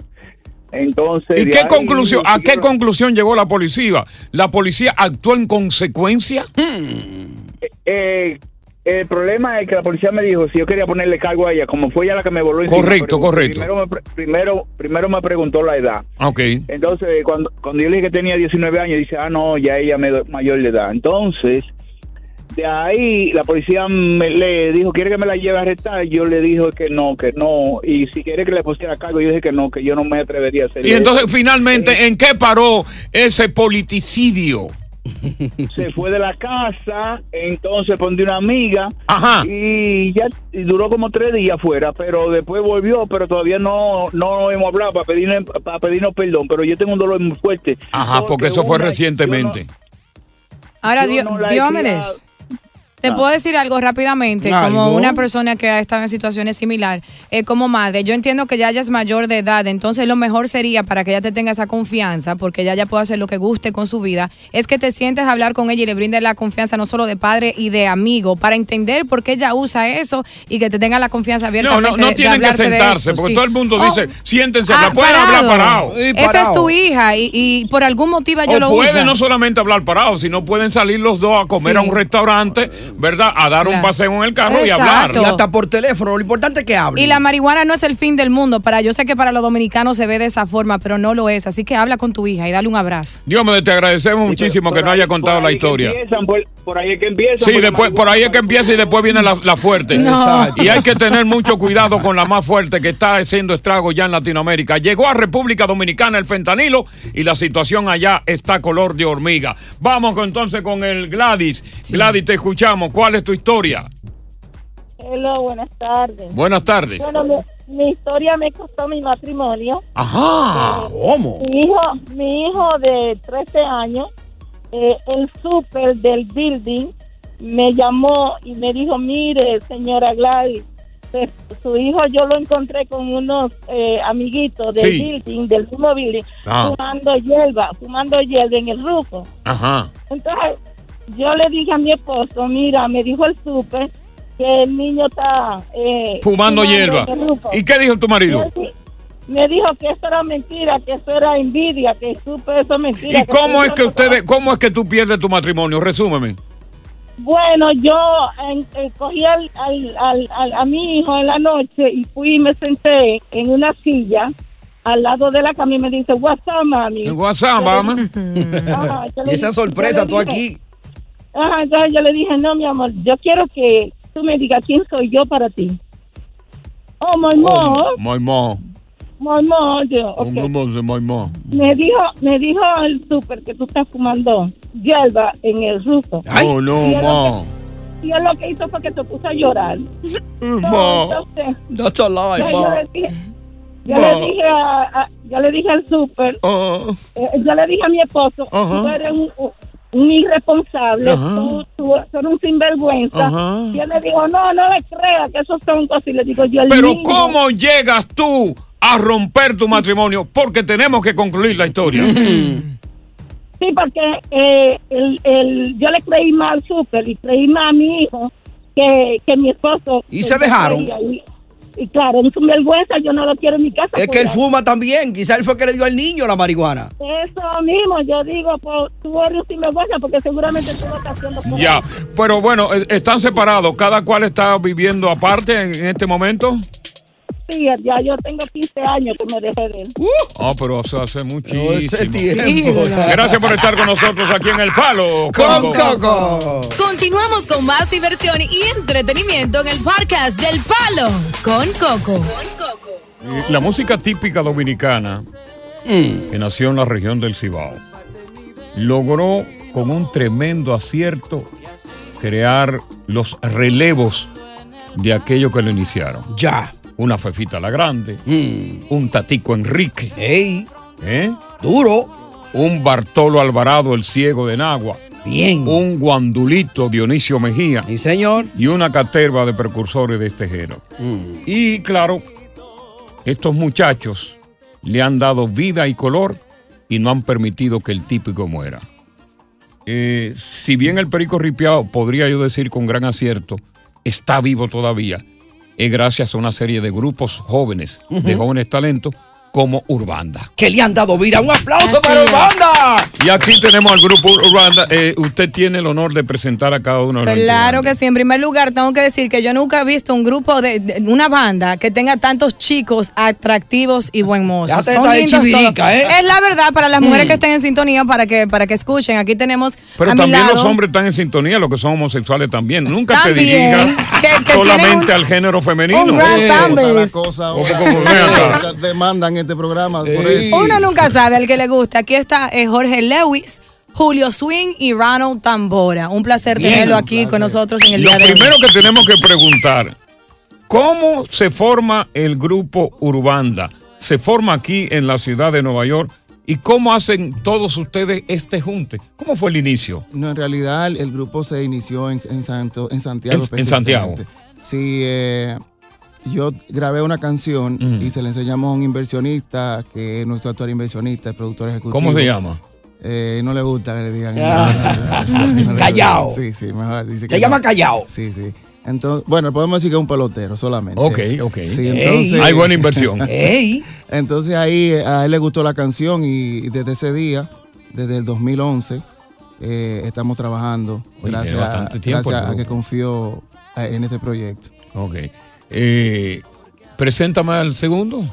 [SPEAKER 7] Entonces.
[SPEAKER 5] ¿Y
[SPEAKER 7] de
[SPEAKER 5] qué
[SPEAKER 7] ahí,
[SPEAKER 5] conclusión, a qué
[SPEAKER 7] yo-
[SPEAKER 5] conclusión llegó la policía? ¿La policía actuó en consecuencia?
[SPEAKER 7] Hmm. eh, el problema es que la policía me dijo si yo quería ponerle cargo a ella, como fue ella la que me voló encima,
[SPEAKER 5] Correcto,
[SPEAKER 7] pero
[SPEAKER 5] correcto.
[SPEAKER 7] Primero me, pre- primero, primero me preguntó la edad.
[SPEAKER 5] Ok.
[SPEAKER 7] Entonces, eh, cuando, cuando yo le dije que tenía 19 años, dice, ah, no, ya ella me mayor de edad. Entonces, de ahí la policía me, le dijo, ¿quiere que me la lleve a arrestar? Yo le dije que no, que no. Y si quiere que le pusiera cargo, yo dije que no, que yo no me atrevería a hacer
[SPEAKER 5] Y
[SPEAKER 7] eso.
[SPEAKER 5] entonces finalmente, ¿en qué paró ese politicidio?
[SPEAKER 7] se fue de la casa, entonces pondí una amiga
[SPEAKER 5] Ajá.
[SPEAKER 7] y ya y duró como tres días afuera, pero después volvió, pero todavía no no hemos hablado para pedirnos para pedirnos perdón, pero yo tengo un dolor muy fuerte.
[SPEAKER 5] Ajá, porque eso fue recientemente.
[SPEAKER 4] Ahora,
[SPEAKER 7] Yo
[SPEAKER 4] Dio-
[SPEAKER 7] no la he
[SPEAKER 4] Diómedes, te
[SPEAKER 7] Ah.
[SPEAKER 4] puedo decir algo rápidamente, como
[SPEAKER 10] ¿Algo?
[SPEAKER 4] una persona que ha estado en situaciones similares, como madre, yo entiendo que ya ella es mayor de edad, entonces lo mejor sería para que ella te tenga esa confianza, porque ella ya puede hacer lo que guste con su vida, es que te sientes a hablar con ella y le brindes la confianza no solo de padre y de amigo, para entender por qué ella usa eso y que te tenga la confianza abierta.
[SPEAKER 5] No, no, no tienen que sentarse, porque todo el mundo dice, siéntense, acá, pueden hablar Ah, parado.
[SPEAKER 4] Oh, Esa es tu hija y, y por algún motivo yo
[SPEAKER 5] O
[SPEAKER 4] lo
[SPEAKER 5] pueden
[SPEAKER 4] uso.
[SPEAKER 5] no solamente hablar parados, sino pueden salir los dos a comer a un restaurante, ¿verdad? A dar un
[SPEAKER 4] Claro.
[SPEAKER 5] paseo en el carro
[SPEAKER 4] Exacto.
[SPEAKER 5] y hablar.
[SPEAKER 4] Y hasta
[SPEAKER 3] por teléfono, lo importante es que
[SPEAKER 4] Y la marihuana no es el fin del mundo. Para yo sé que para los dominicanos se ve de esa forma, pero no lo es. Así que habla con tu hija y dale un abrazo.
[SPEAKER 5] Dios mío, te agradecemos muchísimo que nos haya contado la historia.
[SPEAKER 7] Empiezan por, por ahí es que empiezan.
[SPEAKER 5] Sí,
[SPEAKER 7] porque
[SPEAKER 5] después, por ahí es que empieza y después viene la, la fuerte.
[SPEAKER 7] No.
[SPEAKER 5] Y hay que tener mucho cuidado con la más fuerte que está haciendo estragos ya en Latinoamérica. Llegó a República Dominicana el fentanilo y la situación allá está color de hormiga. Vamos con- entonces con el Gladys. Gladys, te escuchamos. ¿Cuál es tu historia?
[SPEAKER 13] Hello, buenas tardes.
[SPEAKER 5] Buenas tardes.
[SPEAKER 13] Bueno, mi, mi historia me costó mi matrimonio.
[SPEAKER 5] Ajá. ¿Cómo?
[SPEAKER 13] Mi hijo, mi hijo de 13 años, eh, el súper del building me llamó y me dijo, mire, señora Gladys, se- su hijo yo lo encontré con unos eh, amiguitos del
[SPEAKER 5] Sí.
[SPEAKER 13] building, del mismo building,
[SPEAKER 5] Ah.
[SPEAKER 13] fumando hierba, fumando hierba en el rufo.
[SPEAKER 5] Ajá.
[SPEAKER 13] Entonces, yo le dije a mi esposo, mira, me dijo el súper que el niño está... eh,
[SPEAKER 5] Fumando hierba.
[SPEAKER 13] en el rufo.
[SPEAKER 5] ¿Y qué dijo tu marido?
[SPEAKER 13] Y él di- Me dijo que eso era mentira, que eso era envidia, que el súper eso es mentira.
[SPEAKER 5] ¿Y cómo
[SPEAKER 13] eso
[SPEAKER 5] es que
[SPEAKER 13] no-
[SPEAKER 5] ustedes, cómo es que tú pierdes tu matrimonio? Resúmeme.
[SPEAKER 13] Bueno, yo en- eh, cogí al, al- al- al- a mi hijo en la noche y fui y me senté en una silla al lado de la cama y me dice, what's up, mami?
[SPEAKER 5] En WhatsApp, mamá.
[SPEAKER 13] Ajá, yo le
[SPEAKER 3] Y esa
[SPEAKER 13] dije-
[SPEAKER 3] sorpresa,
[SPEAKER 13] yo le
[SPEAKER 3] tú
[SPEAKER 13] dije-
[SPEAKER 3] aquí.
[SPEAKER 13] Ajá, entonces yo le dije, no, mi amor, yo quiero que tú me digas quién soy yo para ti. Oh, my mom,
[SPEAKER 5] Muy mojo.
[SPEAKER 13] my mom, yo, ok.
[SPEAKER 5] Muy mojo.
[SPEAKER 13] Me dijo, me dijo el súper que tú estás fumando hierba en el rufo.
[SPEAKER 5] No, no,
[SPEAKER 13] Y él lo
[SPEAKER 5] mo.
[SPEAKER 13] que- Y él lo que hizo fue que se puso a llorar.
[SPEAKER 5] Mo.
[SPEAKER 13] Entonces,
[SPEAKER 3] That's a lie,
[SPEAKER 13] yo,
[SPEAKER 3] ma.
[SPEAKER 13] yo le dije, yo
[SPEAKER 3] Ma.
[SPEAKER 13] le dije, a, a- yo le dije al súper, eh, yo le dije a mi esposo,
[SPEAKER 5] Oh. Ajá.
[SPEAKER 13] tú eres un, un irresponsable,
[SPEAKER 5] Ajá.
[SPEAKER 13] tú, tú, tú eres un sinvergüenza.
[SPEAKER 5] Ajá.
[SPEAKER 13] Y él le dijo, no, no le creas que esos son cosas. Y le digo, yo el
[SPEAKER 5] Pero
[SPEAKER 13] niño-
[SPEAKER 5] ¿cómo llegas tú a romper tu matrimonio? Porque tenemos que concluir la historia.
[SPEAKER 13] Sí, porque eh, el, el, yo le creí más al súper y creí más a mi hijo que, que mi esposo.
[SPEAKER 3] ¿Y se dejaron?
[SPEAKER 13] Y, Y claro, un sinvergüenza, yo no lo quiero en mi casa. pues,
[SPEAKER 3] Es que
[SPEAKER 13] porque
[SPEAKER 3] él fuma también. Quizá él fue que le dio al niño la marihuana.
[SPEAKER 13] Eso mismo, yo digo, pues, tú eres un sinvergüenza porque seguramente tú lo estás haciendo por
[SPEAKER 5] Ya, pero bueno, eh, están separados. Cada cual está viviendo aparte en, en este momento.
[SPEAKER 13] Sí, ya yo tengo 15 años que me dejé de él.
[SPEAKER 5] Ah, pero eso hace muchísimo.
[SPEAKER 3] tiempo.
[SPEAKER 5] Gracias por estar con nosotros aquí en El Palo.
[SPEAKER 3] Con Coco.
[SPEAKER 10] Continuamos con más diversión y entretenimiento en el podcast del Palo con Coco.
[SPEAKER 5] Y La música típica dominicana,
[SPEAKER 3] Mm.
[SPEAKER 5] que nació en la región del Cibao, logró con un tremendo acierto crear los relevos de aquello que lo iniciaron.
[SPEAKER 3] Ya. Mm.
[SPEAKER 5] Una Fefita la Grande, un Tatico Enrique. ¿eh?
[SPEAKER 3] Duro.
[SPEAKER 5] Un Bartolo Alvarado, el ciego de Nagua.
[SPEAKER 3] Bien.
[SPEAKER 5] Un Guandulito Dionisio Mejía.
[SPEAKER 3] Y señor.
[SPEAKER 5] Y una caterva de precursores de este género. Y claro, estos muchachos le han dado vida y color y no han permitido que el típico muera. Eh, si bien el Perico Ripiao, podría yo decir con gran acierto, está vivo todavía, es gracias a una serie de grupos jóvenes, de
[SPEAKER 3] Ujú.
[SPEAKER 5] jóvenes talentos, como Urbanda.
[SPEAKER 3] Que le han dado vida. Un aplauso para
[SPEAKER 5] es.
[SPEAKER 3] Urbanda.
[SPEAKER 5] Y aquí tenemos al grupo Urbanda. Eh, usted tiene el honor de presentar a cada uno de los
[SPEAKER 4] Claro que sí. En primer lugar, tengo que decir que yo nunca he visto un grupo de, de- una banda que tenga tantos chicos atractivos y buen mozos.
[SPEAKER 3] Déjate estar de
[SPEAKER 4] lindos
[SPEAKER 3] chivirica,
[SPEAKER 4] todos.
[SPEAKER 3] ¿eh?
[SPEAKER 4] Es la verdad para las mujeres
[SPEAKER 5] Mm.
[SPEAKER 4] que estén en sintonía para que para que escuchen. Aquí tenemos
[SPEAKER 5] Pero
[SPEAKER 4] a mi
[SPEAKER 5] también
[SPEAKER 4] lado-
[SPEAKER 5] los hombres están en sintonía, los que son homosexuales también. Nunca te
[SPEAKER 4] También,
[SPEAKER 5] dirigas
[SPEAKER 4] que- que tienen
[SPEAKER 5] solamente
[SPEAKER 4] un-
[SPEAKER 5] al género femenino.
[SPEAKER 4] un gran
[SPEAKER 14] Está la
[SPEAKER 4] thumbs.
[SPEAKER 14] Eh, cosa
[SPEAKER 5] Ojo,
[SPEAKER 14] ahora.
[SPEAKER 5] ojo, ven acá.
[SPEAKER 14] Ya Demandan este programa por eso.
[SPEAKER 4] Uno nunca sabe al que le gusta. Aquí está eh, Jorge Lewis, Julio Swing y Ronald Tambora. Un placer
[SPEAKER 5] Bien.
[SPEAKER 4] tenerlo aquí con nosotros en el
[SPEAKER 5] Lo
[SPEAKER 4] día de hoy.
[SPEAKER 5] primero que tenemos que preguntar, ¿cómo se forma el grupo Urbanda? Se forma aquí en la ciudad de Nueva York. ¿Y cómo hacen todos ustedes este junte? ¿Cómo fue el inicio?
[SPEAKER 14] No, en realidad el, el grupo se inició en, en Santo, en Santiago.
[SPEAKER 5] En- en Santiago.
[SPEAKER 14] específicamente. Sí, eh, yo grabé una canción y se la enseñamos a un inversionista, que es nuestro actor inversionista, el productor ejecutivo.
[SPEAKER 5] ¿Cómo se llama?
[SPEAKER 14] Eh, no le gusta que le digan.
[SPEAKER 3] Ah.
[SPEAKER 14] No, no, no, no, no.
[SPEAKER 3] [laughs] Callao.
[SPEAKER 14] Sí, sí, mejor. Dice
[SPEAKER 3] Se llama Callao.
[SPEAKER 14] Sí, sí. Entonces, bueno, podemos decir que es un pelotero solamente.
[SPEAKER 5] Ok,
[SPEAKER 14] Sí,
[SPEAKER 5] ok.
[SPEAKER 14] Sí,
[SPEAKER 5] Ey.
[SPEAKER 14] entonces,
[SPEAKER 5] Hay buena inversión.
[SPEAKER 3] Ey.
[SPEAKER 14] [laughs] Entonces ahí eh, a él le gustó la canción y desde ese día, desde el 2011, eh, estamos trabajando
[SPEAKER 5] Oye,
[SPEAKER 14] gracias,
[SPEAKER 5] tiene bastante tiempo el
[SPEAKER 14] gracias a
[SPEAKER 5] grupo.
[SPEAKER 14] que confió eh, en este proyecto.
[SPEAKER 5] Ok. Eh, preséntame al segundo.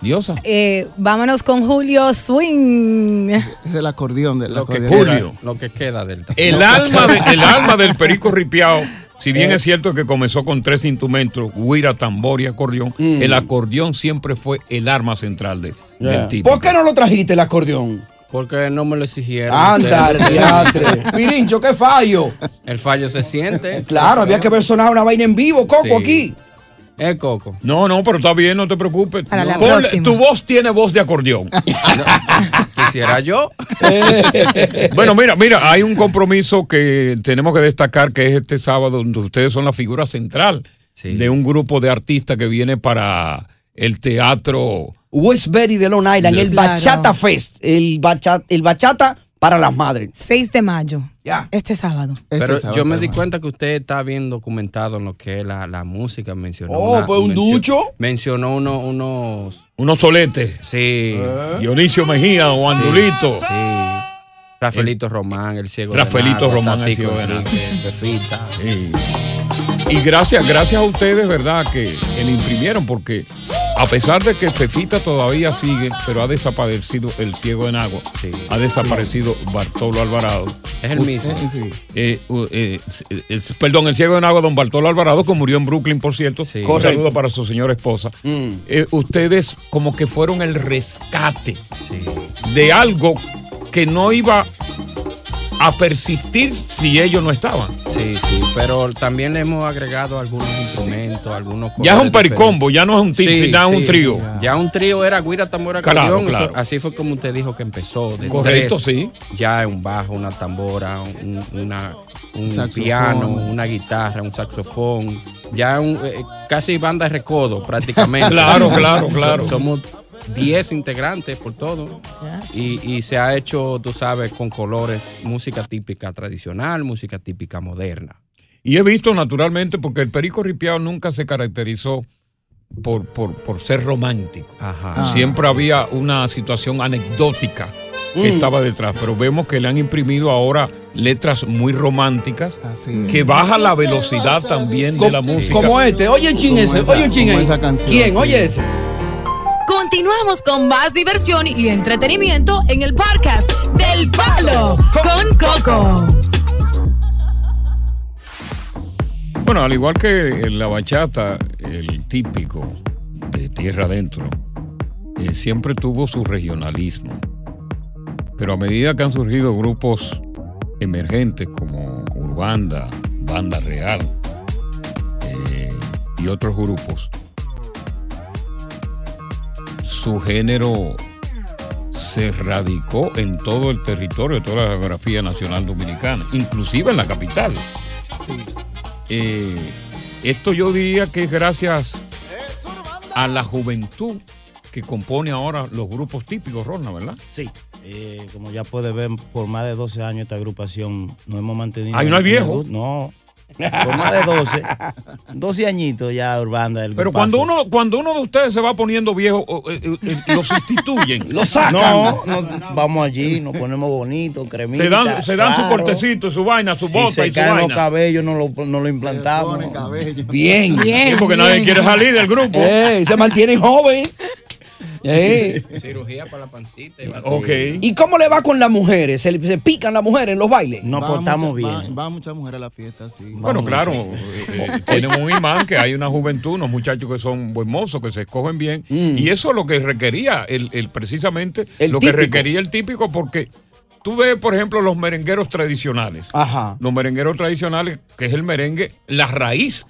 [SPEAKER 5] Diosa.
[SPEAKER 4] Eh, vámonos con Julio Swing. [laughs]
[SPEAKER 14] Es el acordeón del
[SPEAKER 15] Lo que
[SPEAKER 14] acordeón.
[SPEAKER 5] Julio.
[SPEAKER 15] [laughs] Lo que Eh. queda del
[SPEAKER 5] El, alma de- el alma del perico ripiao, si bien es cierto que comenzó con tres instrumentos, guira, tambor y acordeón,
[SPEAKER 3] Mm.
[SPEAKER 5] el acordeón siempre fue el arma central de, del tipo.
[SPEAKER 3] ¿Por qué no lo trajiste el acordeón?
[SPEAKER 15] Porque no me lo exigieron. [laughs]
[SPEAKER 3] Anda,
[SPEAKER 15] ustedes.
[SPEAKER 3] diatre. Pirincho, qué fallo.
[SPEAKER 15] El fallo
[SPEAKER 5] [laughs]
[SPEAKER 15] se siente.
[SPEAKER 3] Claro, había que ver sonar una vaina en vivo, Coco,
[SPEAKER 15] Sí.
[SPEAKER 3] aquí.
[SPEAKER 15] Es Eh, Coco.
[SPEAKER 5] No, no, pero está bien, no te preocupes.
[SPEAKER 3] Para la
[SPEAKER 5] No. Ponle-
[SPEAKER 3] próxima.
[SPEAKER 5] tu voz tiene voz de
[SPEAKER 3] [laughs]
[SPEAKER 5] acordeón.
[SPEAKER 15] Quisiera yo.
[SPEAKER 5] [laughs] bueno, mira, mira, hay un compromiso que tenemos que destacar que es este sábado, donde ustedes son la figura central de un grupo de artistas que viene para el teatro.
[SPEAKER 3] Westbury de Long Island, el
[SPEAKER 4] Claro.
[SPEAKER 3] Bachata Fest, el bachata, el bachata para las madres.
[SPEAKER 4] 6 de mayo.
[SPEAKER 3] Ya.
[SPEAKER 4] Este sábado.
[SPEAKER 15] Pero
[SPEAKER 3] sábado,
[SPEAKER 15] yo me di
[SPEAKER 3] hermano.
[SPEAKER 15] cuenta que usted está bien documentado en lo que es la, la música. Mencionó.
[SPEAKER 5] Oh,
[SPEAKER 15] una-
[SPEAKER 5] pues, un
[SPEAKER 15] mencio-
[SPEAKER 5] ducho.
[SPEAKER 15] Mencionó uno- unos.
[SPEAKER 5] Unos soletes. Eh.
[SPEAKER 15] Sí.
[SPEAKER 5] Dionisio Mejía, o Andulito.
[SPEAKER 15] Sí. Rafaelito Román, el ciego.
[SPEAKER 5] Rafaelito
[SPEAKER 15] de Nagua,
[SPEAKER 5] Román, el
[SPEAKER 15] Tatico
[SPEAKER 5] ciego de Nagua.
[SPEAKER 15] Enrique, Fefita.
[SPEAKER 5] Y gracias, gracias a ustedes, ¿verdad? Que, que le imprimieron, porque a pesar de que Fefita todavía sigue, pero ha desaparecido el ciego en agua, ha desaparecido Bartolo Alvarado.
[SPEAKER 15] Es el
[SPEAKER 5] U-
[SPEAKER 15] mismo.
[SPEAKER 5] eh, u- eh, s- eh, s- perdón, el ciego en agua, don Bartolo Alvarado, que murió en Brooklyn, por cierto. Un
[SPEAKER 15] Correcto. Mm.
[SPEAKER 5] saludo para su señora esposa. Eh, ustedes como que fueron el rescate de algo que no iba a persistir si ellos no estaban.
[SPEAKER 15] Sí, sí, pero también le hemos agregado algunos instrumentos, algunos
[SPEAKER 5] Ya es un
[SPEAKER 15] colores
[SPEAKER 5] pericombo,
[SPEAKER 15] diferentes.
[SPEAKER 5] ya no es un tipo,
[SPEAKER 15] Sí,
[SPEAKER 5] ya es un
[SPEAKER 15] sí.
[SPEAKER 5] trío.
[SPEAKER 15] Ya un trío era guira, tambora,
[SPEAKER 5] Claro,
[SPEAKER 15] acordeón, eso-
[SPEAKER 5] claro.
[SPEAKER 15] Así fue como usted dijo que empezó. de
[SPEAKER 5] Correcto,
[SPEAKER 15] tres.
[SPEAKER 5] sí.
[SPEAKER 15] Ya es un bajo, una tambora, un, una- un
[SPEAKER 14] Saxofón.
[SPEAKER 15] piano, una guitarra, un saxofón. Ya un, eh, casi banda de recodo prácticamente.
[SPEAKER 5] Claro, claro, claro.
[SPEAKER 15] Somos 10 integrantes por todo. Y, y se ha hecho, tú sabes, con colores, música típica tradicional, música típica moderna.
[SPEAKER 5] Y he visto naturalmente, porque el Perico Ripiao nunca se caracterizó por, por, por ser romántico.
[SPEAKER 15] Ah.
[SPEAKER 5] Siempre había una situación anecdótica que
[SPEAKER 16] Mm.
[SPEAKER 5] estaba detrás, pero vemos que le han imprimido ahora letras muy románticas que baja la velocidad también de la música.
[SPEAKER 3] Como este, oye un ching ese, oye un ching ahí. ¿Quién? Oye ese.
[SPEAKER 10] Continuamos con más diversión y entretenimiento en el podcast del Palo con Coco.
[SPEAKER 5] Bueno, al igual que la bachata, el típico de tierra adentro, eh, siempre tuvo su regionalismo. Pero a medida que han surgido grupos emergentes como Urbanda, Banda Real eh, y otros grupos, su género se radicó en todo el territorio, toda la geografía nacional dominicana, inclusive en la capital. Eh, esto yo diría que es gracias a la juventud que compone ahora los grupos típicos, Rona, ¿verdad?
[SPEAKER 17] Sí. Eh, como ya puedes ver, por más de 12 años esta agrupación nos hemos mantenido.
[SPEAKER 5] Ay, ¿no hay viejo?
[SPEAKER 17] No. Por más de 12. 12 añitos ya Urbanda del
[SPEAKER 5] Pero
[SPEAKER 17] grupazo.
[SPEAKER 5] cuando uno, cuando uno de ustedes se va poniendo viejo, o, eh, eh, eh,
[SPEAKER 17] [laughs]
[SPEAKER 5] lo sustituyen.
[SPEAKER 17] Lo sacan. No, no, vamos allí, nos ponemos bonitos, cremita.
[SPEAKER 5] se dan, se dan su
[SPEAKER 17] claro.
[SPEAKER 5] cortecito, su vaina, su
[SPEAKER 17] si
[SPEAKER 5] bota
[SPEAKER 17] se
[SPEAKER 5] y su
[SPEAKER 17] caen
[SPEAKER 5] vaina.
[SPEAKER 17] los cabellos, no lo, no lo implantamos.
[SPEAKER 3] Bien.
[SPEAKER 5] Sí, porque nadie quiere salir del grupo.
[SPEAKER 3] Eh, se mantienen joven. Eh.
[SPEAKER 15] Cirugía para la pancita. y va-
[SPEAKER 3] ¿Y cómo le va con las mujeres? ¿Se, le- se pican las mujeres en los bailes?
[SPEAKER 17] No
[SPEAKER 14] Va mucha- Va, va mucha mujer a la fiesta, sí.
[SPEAKER 5] Bueno, claro, eh, eh, tienen un imán que hay una juventud, unos muchachos que son buen mozos, que se escogen bien. Y eso es lo que requería, el, el- precisamente lo que
[SPEAKER 18] típico.
[SPEAKER 5] requería el típico, porque tú ves, por ejemplo, los merengueros tradicionales.
[SPEAKER 3] Ajá.
[SPEAKER 5] Los merengueros tradicionales, que es el merengue, la raíz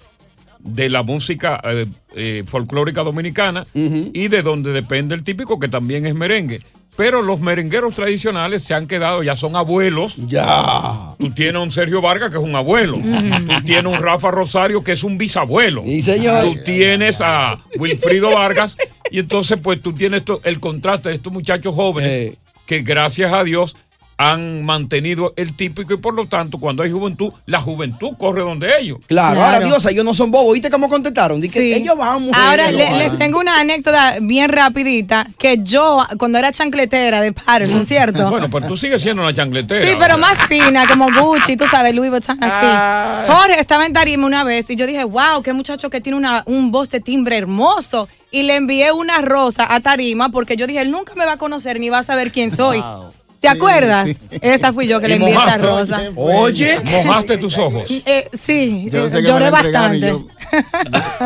[SPEAKER 5] de la música eh, eh, folclórica dominicana y de donde depende el típico, que también es merengue. Pero los merengueros tradicionales se han quedado, ya son abuelos.
[SPEAKER 3] Ya.
[SPEAKER 5] Ah. Tú tienes a un Sergio Vargas, que es un abuelo.
[SPEAKER 4] Mm.
[SPEAKER 5] Tú tienes un Rafa Rosario, que es un bisabuelo. Tú tienes a Wilfrido Vargas. Y entonces, pues tú tienes esto- el contraste de estos muchachos jóvenes que, gracias a Dios, han mantenido el típico y por lo tanto, cuando hay juventud, la juventud corre donde ellos.
[SPEAKER 3] Claro, ahora Diosa, ellos no son bobos. ¿Viste cómo contestaron? Dice
[SPEAKER 4] Sí.
[SPEAKER 3] ellos van mujeres,
[SPEAKER 4] Ahora
[SPEAKER 3] ellos
[SPEAKER 4] le-
[SPEAKER 3] van.
[SPEAKER 4] les tengo una anécdota bien rapidita que yo cuando era chancletera de Patterson, ¿cierto?
[SPEAKER 5] Bueno, pues tú sigues siendo una chancletera.
[SPEAKER 4] Sí, pero más fina, como Gucci, tú sabes, Louis Vuitton,
[SPEAKER 5] Ah.
[SPEAKER 4] así. Jorge estaba en tarima una vez y yo dije, wow, qué muchacho que tiene una, un voz de timbre hermoso. Y le envié una rosa a tarima porque yo dije, él nunca me va a conocer ni va a saber quién soy. ¿Te acuerdas? Esa fui yo que
[SPEAKER 5] Y
[SPEAKER 4] le envié esa
[SPEAKER 5] mojaste.
[SPEAKER 4] rosa.
[SPEAKER 5] Oye. Mojaste tus ojos.
[SPEAKER 4] Eh, sí,
[SPEAKER 5] Yo
[SPEAKER 4] eh,
[SPEAKER 5] sé que me
[SPEAKER 4] lloré
[SPEAKER 5] la entregaron,
[SPEAKER 4] bastante.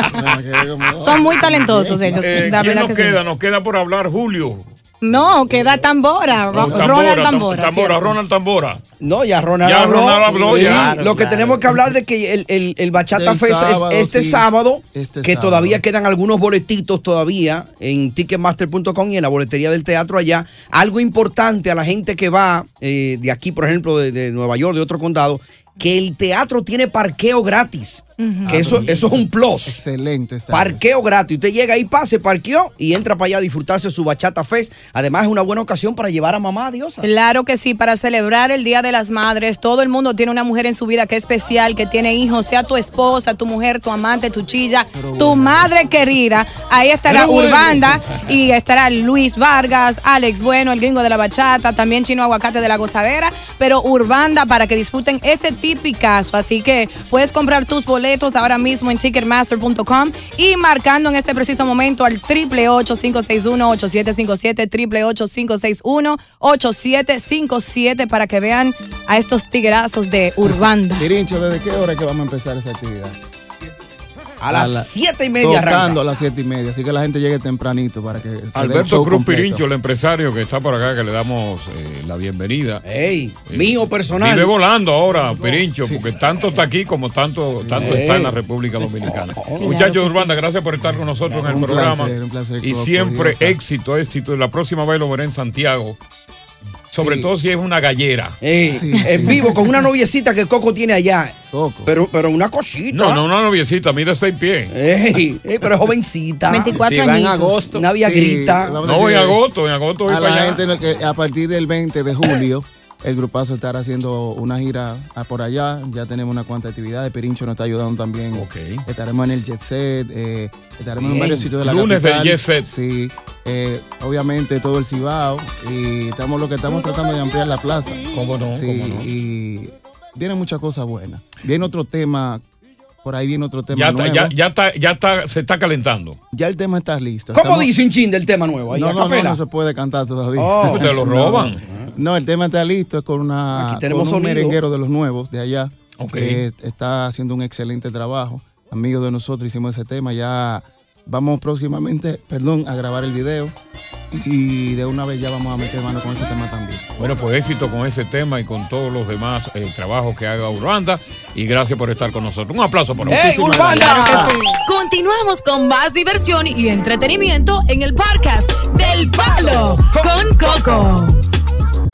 [SPEAKER 4] Son muy talentosos ellos,
[SPEAKER 5] Eh,
[SPEAKER 4] la
[SPEAKER 5] ¿Quién
[SPEAKER 4] verdad
[SPEAKER 5] nos
[SPEAKER 4] que sí.
[SPEAKER 5] queda? Nos queda por hablar Julio.
[SPEAKER 4] No, queda Tambora, Ro-
[SPEAKER 5] Oh, Tambora,
[SPEAKER 4] Ronald
[SPEAKER 5] Tam-
[SPEAKER 4] Tambora.
[SPEAKER 5] Tambora,
[SPEAKER 4] ¿cierto?
[SPEAKER 5] Ronald Tambora.
[SPEAKER 3] No, ya Ronald
[SPEAKER 5] Ya
[SPEAKER 3] habló.
[SPEAKER 5] Ronald habló,
[SPEAKER 3] Sí,
[SPEAKER 5] ya.
[SPEAKER 3] Lo que tenemos que hablar de que el, el- el Bachata
[SPEAKER 14] Del
[SPEAKER 3] Fest
[SPEAKER 14] sábado,
[SPEAKER 3] es este
[SPEAKER 14] sí.
[SPEAKER 3] sábado,
[SPEAKER 14] Este
[SPEAKER 3] que
[SPEAKER 14] sábado.
[SPEAKER 3] todavía quedan algunos boletitos todavía en ticketmaster.com y en la boletería del teatro allá. Algo importante a la gente que va eh, de aquí, por ejemplo, de, de Nueva York, de otro condado, que el teatro tiene parqueo gratis. Que eso, eso es un plus.
[SPEAKER 14] Excelente. está.
[SPEAKER 3] Parqueo gratis. Usted llega ahí, pase, parqueó y entra para allá a disfrutarse su Bachata Fest. Además, es una buena ocasión para llevar a mamá a Diosa.
[SPEAKER 4] Claro que sí, para celebrar el Día de las Madres, todo el mundo tiene una mujer en su vida que es especial, que tiene hijos, sea tu esposa, tu mujer, tu amante, tu chilla, tu madre querida. Ahí estará
[SPEAKER 19] Pero bueno.
[SPEAKER 4] Urbanda y estará Luis Vargas, Alex Bueno, el gringo de la bachata, también Chino Aguacate de la Gozadera, pero Urbanda para que disfruten ese tipicazo. Así que puedes comprar tus boletos ahora mismo en Ticketmaster.com y marcando en este preciso momento al 888-561-8757, 888-561-8757 para que vean a estos tiguerazos de Urbanda.
[SPEAKER 14] Tirincho, ¿desde qué hora es que vamos a empezar esa actividad?
[SPEAKER 3] A las
[SPEAKER 14] la-
[SPEAKER 3] siete y media
[SPEAKER 14] Tocando
[SPEAKER 3] arranca.
[SPEAKER 14] a las siete y media, así que la gente llegue tempranito para que... se dé el
[SPEAKER 5] Alberto
[SPEAKER 14] show
[SPEAKER 5] Cruz
[SPEAKER 14] completo.
[SPEAKER 5] Pirincho, el empresario que está por acá, que le damos eh, la bienvenida. Eh,
[SPEAKER 3] ¡Ey! mío personal.
[SPEAKER 5] Vive volando ahora, Pirincho, porque tanto está aquí como tanto, tanto está en la República
[SPEAKER 3] [laughs]
[SPEAKER 5] Dominicana. Muchachos de Urbanda, gracias por estar con nosotros en el
[SPEAKER 14] Un
[SPEAKER 5] programa.
[SPEAKER 14] placer, un placer,
[SPEAKER 5] y
[SPEAKER 14] Coco,
[SPEAKER 5] siempre
[SPEAKER 14] Diosa.
[SPEAKER 5] éxito, éxito. Y La próxima vez lo veré en Santiago. Sobre todo si es una gallera.
[SPEAKER 3] Eh, en vivo con una noviecita que Coco tiene allá. Pero, pero una cosita.
[SPEAKER 5] No, no, una noviecita, mide seis pies.
[SPEAKER 3] Ah. Ey, ey, pero es jovencita.
[SPEAKER 14] 24
[SPEAKER 3] Si va en
[SPEAKER 14] añitos.
[SPEAKER 3] agosto. Una vía
[SPEAKER 14] Sí,
[SPEAKER 3] grita.
[SPEAKER 14] vamos a
[SPEAKER 5] No, en
[SPEAKER 14] decirle
[SPEAKER 5] agosto, en agosto voy
[SPEAKER 14] A
[SPEAKER 5] para
[SPEAKER 14] la
[SPEAKER 5] allá.
[SPEAKER 14] gente lo que a partir del 20 de julio El grupazo estará haciendo una gira a por allá. Ya tenemos una cuanta actividades. Pirincho nos está ayudando también. Estaremos en el Jet Set. eh, estaremos en
[SPEAKER 5] Bien.
[SPEAKER 14] varios sitios de la
[SPEAKER 5] Lunes del
[SPEAKER 14] capital.
[SPEAKER 5] Jet Set.
[SPEAKER 14] Sí. eh, obviamente todo el Cibao. Y estamos lo que estamos tratando de ampliar la plaza.
[SPEAKER 5] ¿Cómo no?
[SPEAKER 14] Sí,
[SPEAKER 5] ¿Cómo no?
[SPEAKER 14] Y vienen muchas cosas buenas. Viene otro tema. Por ahí viene otro tema
[SPEAKER 10] Este
[SPEAKER 5] Ya, está-
[SPEAKER 14] nuevo.
[SPEAKER 10] ¿eh?
[SPEAKER 5] ya, ya está, ya está, se está calentando.
[SPEAKER 14] Ya el tema está listo.
[SPEAKER 3] ¿Cómo
[SPEAKER 14] Estamos-
[SPEAKER 3] dice un chin del tema nuevo? Ahí,
[SPEAKER 14] no,
[SPEAKER 3] a
[SPEAKER 14] no, no,
[SPEAKER 3] capela.
[SPEAKER 14] no se puede cantar todavía.
[SPEAKER 3] Oh.
[SPEAKER 5] Te lo
[SPEAKER 14] No.
[SPEAKER 5] roban.
[SPEAKER 14] No, el tema está listo, es con, una,
[SPEAKER 3] Aquí tenemos
[SPEAKER 14] con un
[SPEAKER 3] sonido.
[SPEAKER 14] merenguero de los nuevos, de allá, que está haciendo un excelente trabajo. Amigos de nosotros hicimos ese tema, ya vamos próximamente, perdón, a grabar el video y de una vez ya vamos a meter mano con ese tema también.
[SPEAKER 5] Bueno, pues éxito con ese tema y con todos los demás eh, trabajos que haga Urbanda. Y gracias por estar con nosotros. Un aplauso para
[SPEAKER 10] ¡Ey,
[SPEAKER 5] Muchísimas
[SPEAKER 10] Claro
[SPEAKER 5] gracias.
[SPEAKER 10] que sí. Continuamos con más diversión y entretenimiento en el podcast del Palo con Coco.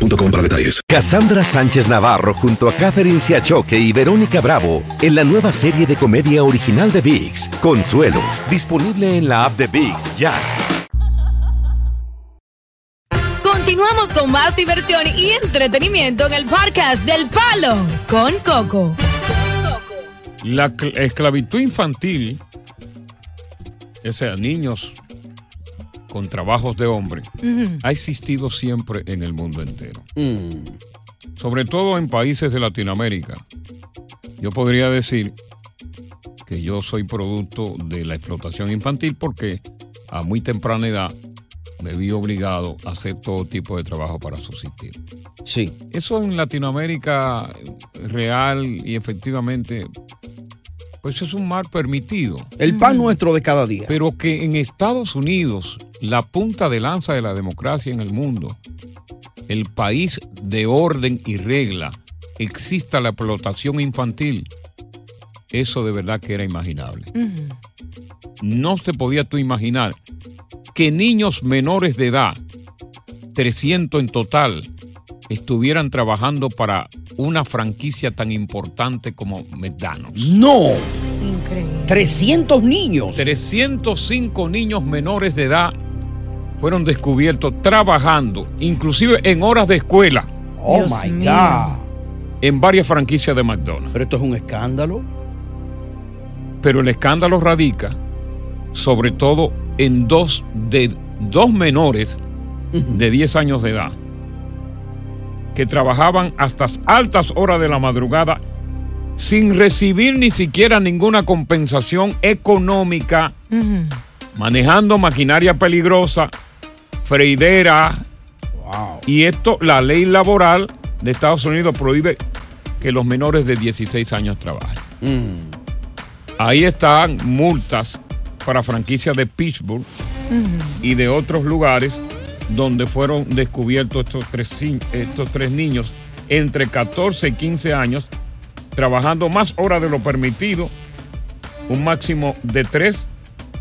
[SPEAKER 11] para detalles.
[SPEAKER 12] Cassandra Sánchez Navarro junto a Catherine Siachoque y Verónica Bravo en la nueva serie de comedia original de VIX, Consuelo, disponible en la app de VIX ya.
[SPEAKER 10] Continuamos con más diversión y entretenimiento en el podcast del Palo con Coco.
[SPEAKER 5] La cl- esclavitud infantil, o sea, niños con trabajos de hombre, ha existido siempre en el mundo entero. Sobre todo en países de Latinoamérica. Yo podría decir que yo soy producto de la explotación infantil porque a muy temprana edad me vi obligado a hacer todo tipo de trabajo para subsistir.
[SPEAKER 3] Sí.
[SPEAKER 5] Eso en Latinoamérica eh, real y efectivamente, pues es un mar permitido.
[SPEAKER 3] El pan
[SPEAKER 5] Mm.
[SPEAKER 3] nuestro de cada día.
[SPEAKER 5] Pero que en Estados Unidos, la punta de lanza de la democracia en el mundo, el país de orden y regla, exista la explotación infantil, eso de verdad que era imaginable. No se podía tú imaginar que niños menores de edad, 300 en total, estuvieran trabajando para una franquicia tan importante como McDonald's.
[SPEAKER 3] ¡No! 300 niños.
[SPEAKER 5] 305 niños menores de edad fueron descubiertos trabajando, inclusive en horas de escuela.
[SPEAKER 3] Oh, Dios my mío. God.
[SPEAKER 5] En varias franquicias de McDonald's.
[SPEAKER 3] Pero esto es un escándalo.
[SPEAKER 5] Pero el escándalo radica sobre todo en dos de dos menores de 10 años de edad que trabajaban hasta altas horas de la madrugada sin recibir ni siquiera ninguna compensación económica manejando maquinaria peligrosa, freidera. Y esto, la ley laboral de Estados Unidos prohíbe que los menores de 16 años trabajen. Ahí están multas para franquicias de Pittsburgh y de otros lugares donde fueron descubiertos estos tres, ci- estos tres niños entre 14 y 15 años, trabajando más horas de lo permitido, un máximo de tres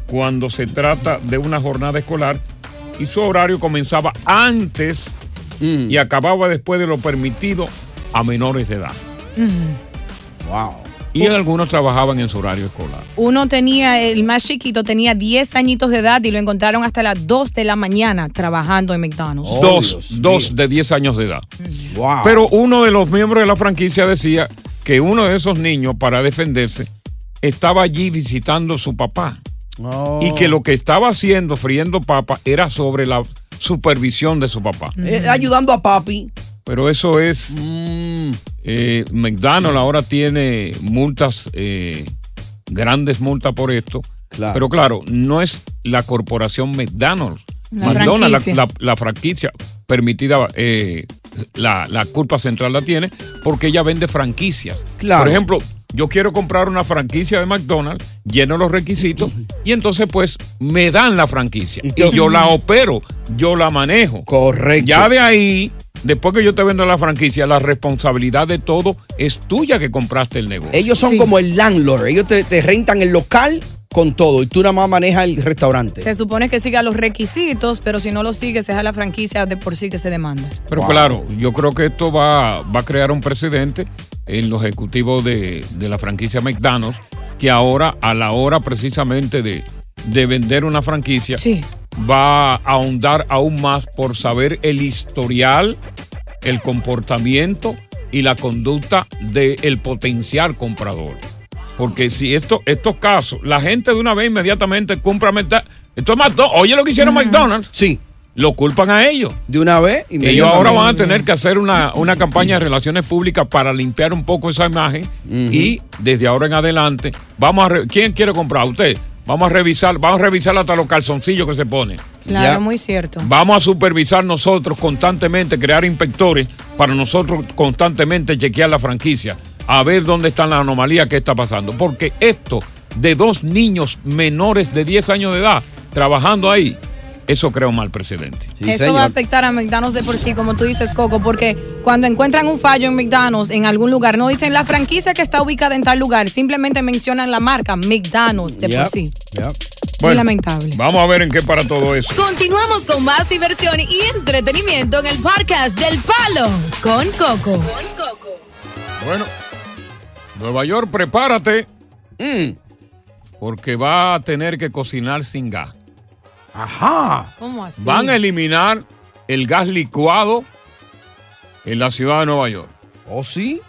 [SPEAKER 5] cuando se trata de una jornada escolar y su horario comenzaba antes y acababa después de lo permitido a menores de edad. Wow. Y algunos trabajaban en su horario escolar.
[SPEAKER 4] Uno tenía, el más chiquito tenía 10 añitos de edad y lo encontraron hasta las 2 de la mañana trabajando en McDonald's.
[SPEAKER 5] dos dos de 10 años de edad.
[SPEAKER 3] Wow.
[SPEAKER 5] Pero uno de los miembros de la franquicia decía que uno de esos niños, para defenderse, estaba allí visitando a su papá. Y que lo que estaba haciendo, friendo papa, era sobre la supervisión de su papá.
[SPEAKER 3] Eh, ayudando a papi.
[SPEAKER 5] Pero eso es. eh, McDonald's ahora tiene multas, eh, grandes multas por esto. Pero claro, no es la corporación McDonald's.
[SPEAKER 4] La
[SPEAKER 5] McDonald's,
[SPEAKER 4] franquicia.
[SPEAKER 5] la, la- la franquicia permitida, eh, la, la culpa central la tiene porque ella vende franquicias.
[SPEAKER 3] Claro.
[SPEAKER 5] Por ejemplo, yo quiero comprar una franquicia de McDonald's, lleno los requisitos y entonces pues me dan la franquicia. Y, yo la opero, yo la manejo.
[SPEAKER 3] Correcto.
[SPEAKER 5] Ya de ahí después que yo te vendo la franquicia, la responsabilidad de todo es tuya que compraste el negocio.
[SPEAKER 3] Ellos son como el landlord. Ellos te, te rentan el local con todo y tú nada más manejas el restaurante.
[SPEAKER 4] Se supone que siga los requisitos, pero si no los sigue, se deja la franquicia de por sí que se demanda.
[SPEAKER 5] Pero claro, yo creo que esto va, va a crear un precedente en los ejecutivos de, de la franquicia McDonald's, que ahora, a la hora precisamente de, de vender una franquicia, va a ahondar aún más por saber el historial, el comportamiento y la conducta del potencial comprador. Porque si esto, estos casos, la gente de una vez inmediatamente compra McDonald's. Esto es McDonald's. Oye lo que hicieron McDonald's.
[SPEAKER 3] Mm. Sí.
[SPEAKER 5] Lo culpan a ellos.
[SPEAKER 3] De una vez.
[SPEAKER 5] Ellos ahora van a tener que hacer una, una campaña de relaciones públicas para limpiar un poco esa imagen. Y desde ahora en adelante, vamos a re- ¿quién quiere comprar? Usted. Vamos a revisar, vamos a revisar hasta los calzoncillos que se ponen.
[SPEAKER 4] Claro,
[SPEAKER 5] Ya.
[SPEAKER 4] muy cierto.
[SPEAKER 5] Vamos a supervisar nosotros constantemente, crear inspectores para nosotros constantemente chequear la franquicia, a ver dónde están las anomalías que está pasando. Porque esto de dos niños menores de 10 años de edad trabajando ahí, eso crea un mal precedente.
[SPEAKER 4] Eso va a afectar a McDonald's de por sí, como tú dices, Coco, porque cuando encuentran un fallo en McDonald's en algún lugar, no dicen la franquicia que está ubicada en tal lugar, simplemente mencionan la marca McDonald's de por pues, sí. Muy
[SPEAKER 5] Bueno,
[SPEAKER 4] lamentable.
[SPEAKER 5] vamos a ver en qué para todo eso.
[SPEAKER 10] Continuamos con más diversión y entretenimiento en el podcast del Palo con Coco.
[SPEAKER 5] Bueno, Nueva York, prepárate. Mm. Porque va a tener que cocinar sin gas. Ajá.
[SPEAKER 4] ¿Cómo así?
[SPEAKER 5] Van a eliminar el gas licuado en la ciudad de Nueva York. Eh,
[SPEAKER 3] ¿Oh, sí?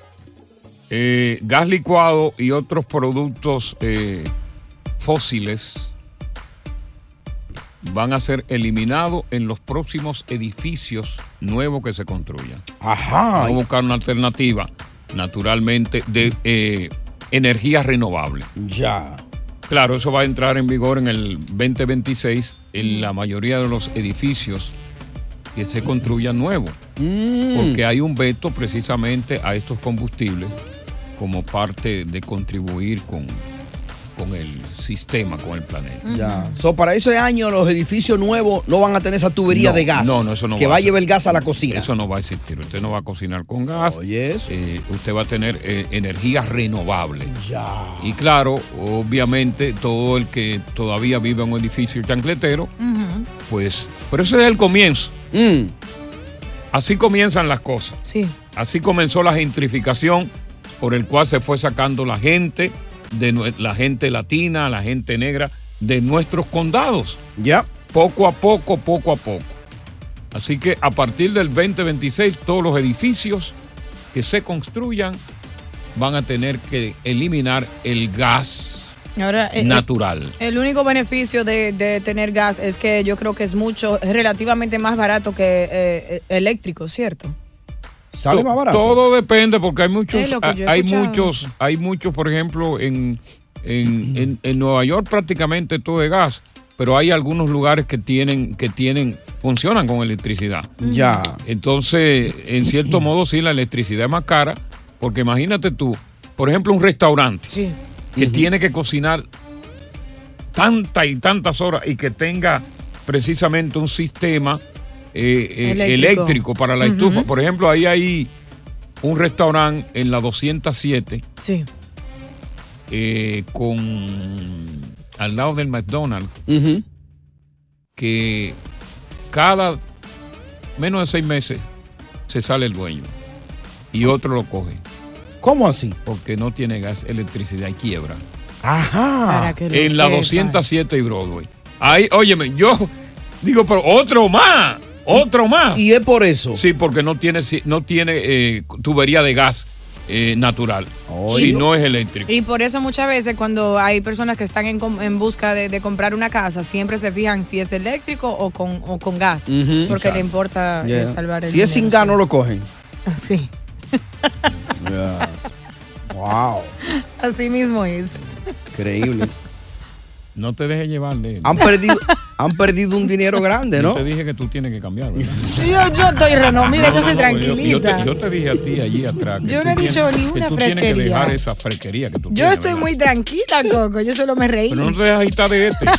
[SPEAKER 5] gas licuado y otros productos eh, fósiles van a ser eliminados en los próximos edificios nuevos que se construyan.
[SPEAKER 3] Ajá.
[SPEAKER 5] Vamos a buscar una alternativa, naturalmente, de eh, energía renovable.
[SPEAKER 3] Ya.
[SPEAKER 5] Claro, eso va a entrar en vigor en el 2026 en la mayoría de los edificios que se construyan nuevos,
[SPEAKER 13] Mm.
[SPEAKER 5] porque hay un veto precisamente a estos combustibles como parte de contribuir con, con el sistema, con el planeta.
[SPEAKER 3] Ya. So, para ese año los edificios nuevos no van a tener esa tubería
[SPEAKER 5] No,
[SPEAKER 3] de gas.
[SPEAKER 5] no, no, eso no
[SPEAKER 3] Que
[SPEAKER 5] va
[SPEAKER 3] va
[SPEAKER 5] a
[SPEAKER 3] a
[SPEAKER 5] ser.
[SPEAKER 3] llevar el gas a la cocina.
[SPEAKER 5] Eso no va a existir. Usted no va a cocinar con gas. Eh, usted va a tener eh, energía renovable. Y claro, obviamente, todo el que todavía vive en un edificio chancletero, pues. Pero ese es el comienzo. Así comienzan las cosas.
[SPEAKER 4] Sí.
[SPEAKER 5] Así comenzó la gentrificación por el cual se fue sacando la gente, de nue- la gente latina, la gente negra, de nuestros condados.
[SPEAKER 3] Ya.
[SPEAKER 5] Poco a poco, poco a poco. Así que a partir del 2026, todos los edificios que se construyan van a tener que eliminar el gas
[SPEAKER 4] Ahora, eh, eh,
[SPEAKER 5] natural.
[SPEAKER 4] El único beneficio de, de tener gas es que yo creo que es mucho, es relativamente más barato que eh, eh, eléctrico, ¿cierto?
[SPEAKER 5] To- Todo depende porque hay muchos, ah,
[SPEAKER 4] Es lo que yo he
[SPEAKER 5] hay
[SPEAKER 4] escuchado.
[SPEAKER 5] muchos, hay muchos, por ejemplo, en, en, en- en Nueva York prácticamente todo es gas, pero hay algunos lugares que tienen, que tienen, funcionan con electricidad.
[SPEAKER 3] Ya.
[SPEAKER 5] Entonces, en cierto modo, sí, la electricidad es más cara, porque imagínate tú, por ejemplo, un restaurante que tiene que cocinar tantas y tantas horas y que tenga precisamente un sistema eh, eh,
[SPEAKER 20] Eléctrico.
[SPEAKER 5] eléctrico. para la
[SPEAKER 20] Ujú.
[SPEAKER 5] estufa. Por ejemplo, ahí hay un restaurante en la 207
[SPEAKER 4] Sí.
[SPEAKER 5] eh, con al lado del McDonald's que cada menos de seis meses se sale el dueño y otro lo coge.
[SPEAKER 3] ¿Cómo así?
[SPEAKER 5] Porque no tiene gas, electricidad y quiebra.
[SPEAKER 3] Ajá.
[SPEAKER 5] en la 207 y Broadway. Ahí, óyeme, yo digo, pero otro más, otro más.
[SPEAKER 3] ¿Y es por eso?
[SPEAKER 5] Sí, porque no tiene, si- no tiene eh, tubería de gas eh, natural, si no es eléctrico.
[SPEAKER 4] Y por eso muchas veces cuando hay personas que están en, com- en busca de, de comprar una casa, siempre se fijan si es eléctrico o con, o con gas,
[SPEAKER 3] Ujú.
[SPEAKER 4] porque
[SPEAKER 3] Exacto.
[SPEAKER 4] le importa eh,
[SPEAKER 3] Ya.
[SPEAKER 4] salvar el
[SPEAKER 3] Si es sin gas, no
[SPEAKER 5] [laughs]
[SPEAKER 3] lo cogen.
[SPEAKER 4] dinero. Sí,
[SPEAKER 3] Wow.
[SPEAKER 4] [laughs] así mismo es.
[SPEAKER 3] Increíble.
[SPEAKER 4] [laughs]
[SPEAKER 5] No te dejes llevar de él.
[SPEAKER 3] Han perdido, han perdido un dinero grande, ¿no?
[SPEAKER 5] Yo te dije que tú tienes que cambiar, ¿verdad?
[SPEAKER 4] Yo, yo estoy reno, mira, yo soy
[SPEAKER 5] Ah, No, no, yo- Yo,
[SPEAKER 4] tranquilita.
[SPEAKER 5] te, yo te dije a ti allí atrás. que
[SPEAKER 4] Yo no
[SPEAKER 5] tú
[SPEAKER 4] he dicho
[SPEAKER 5] tienes-
[SPEAKER 4] ninguna
[SPEAKER 5] que tú Tienes que
[SPEAKER 4] fresquería.
[SPEAKER 5] dejar esa fresquería que tú
[SPEAKER 4] Yo
[SPEAKER 5] tienes,
[SPEAKER 4] estoy
[SPEAKER 5] ¿verdad?
[SPEAKER 4] muy tranquila, Coco, yo solo me reí.
[SPEAKER 5] Pero no te dejes agitar de este.
[SPEAKER 3] [laughs]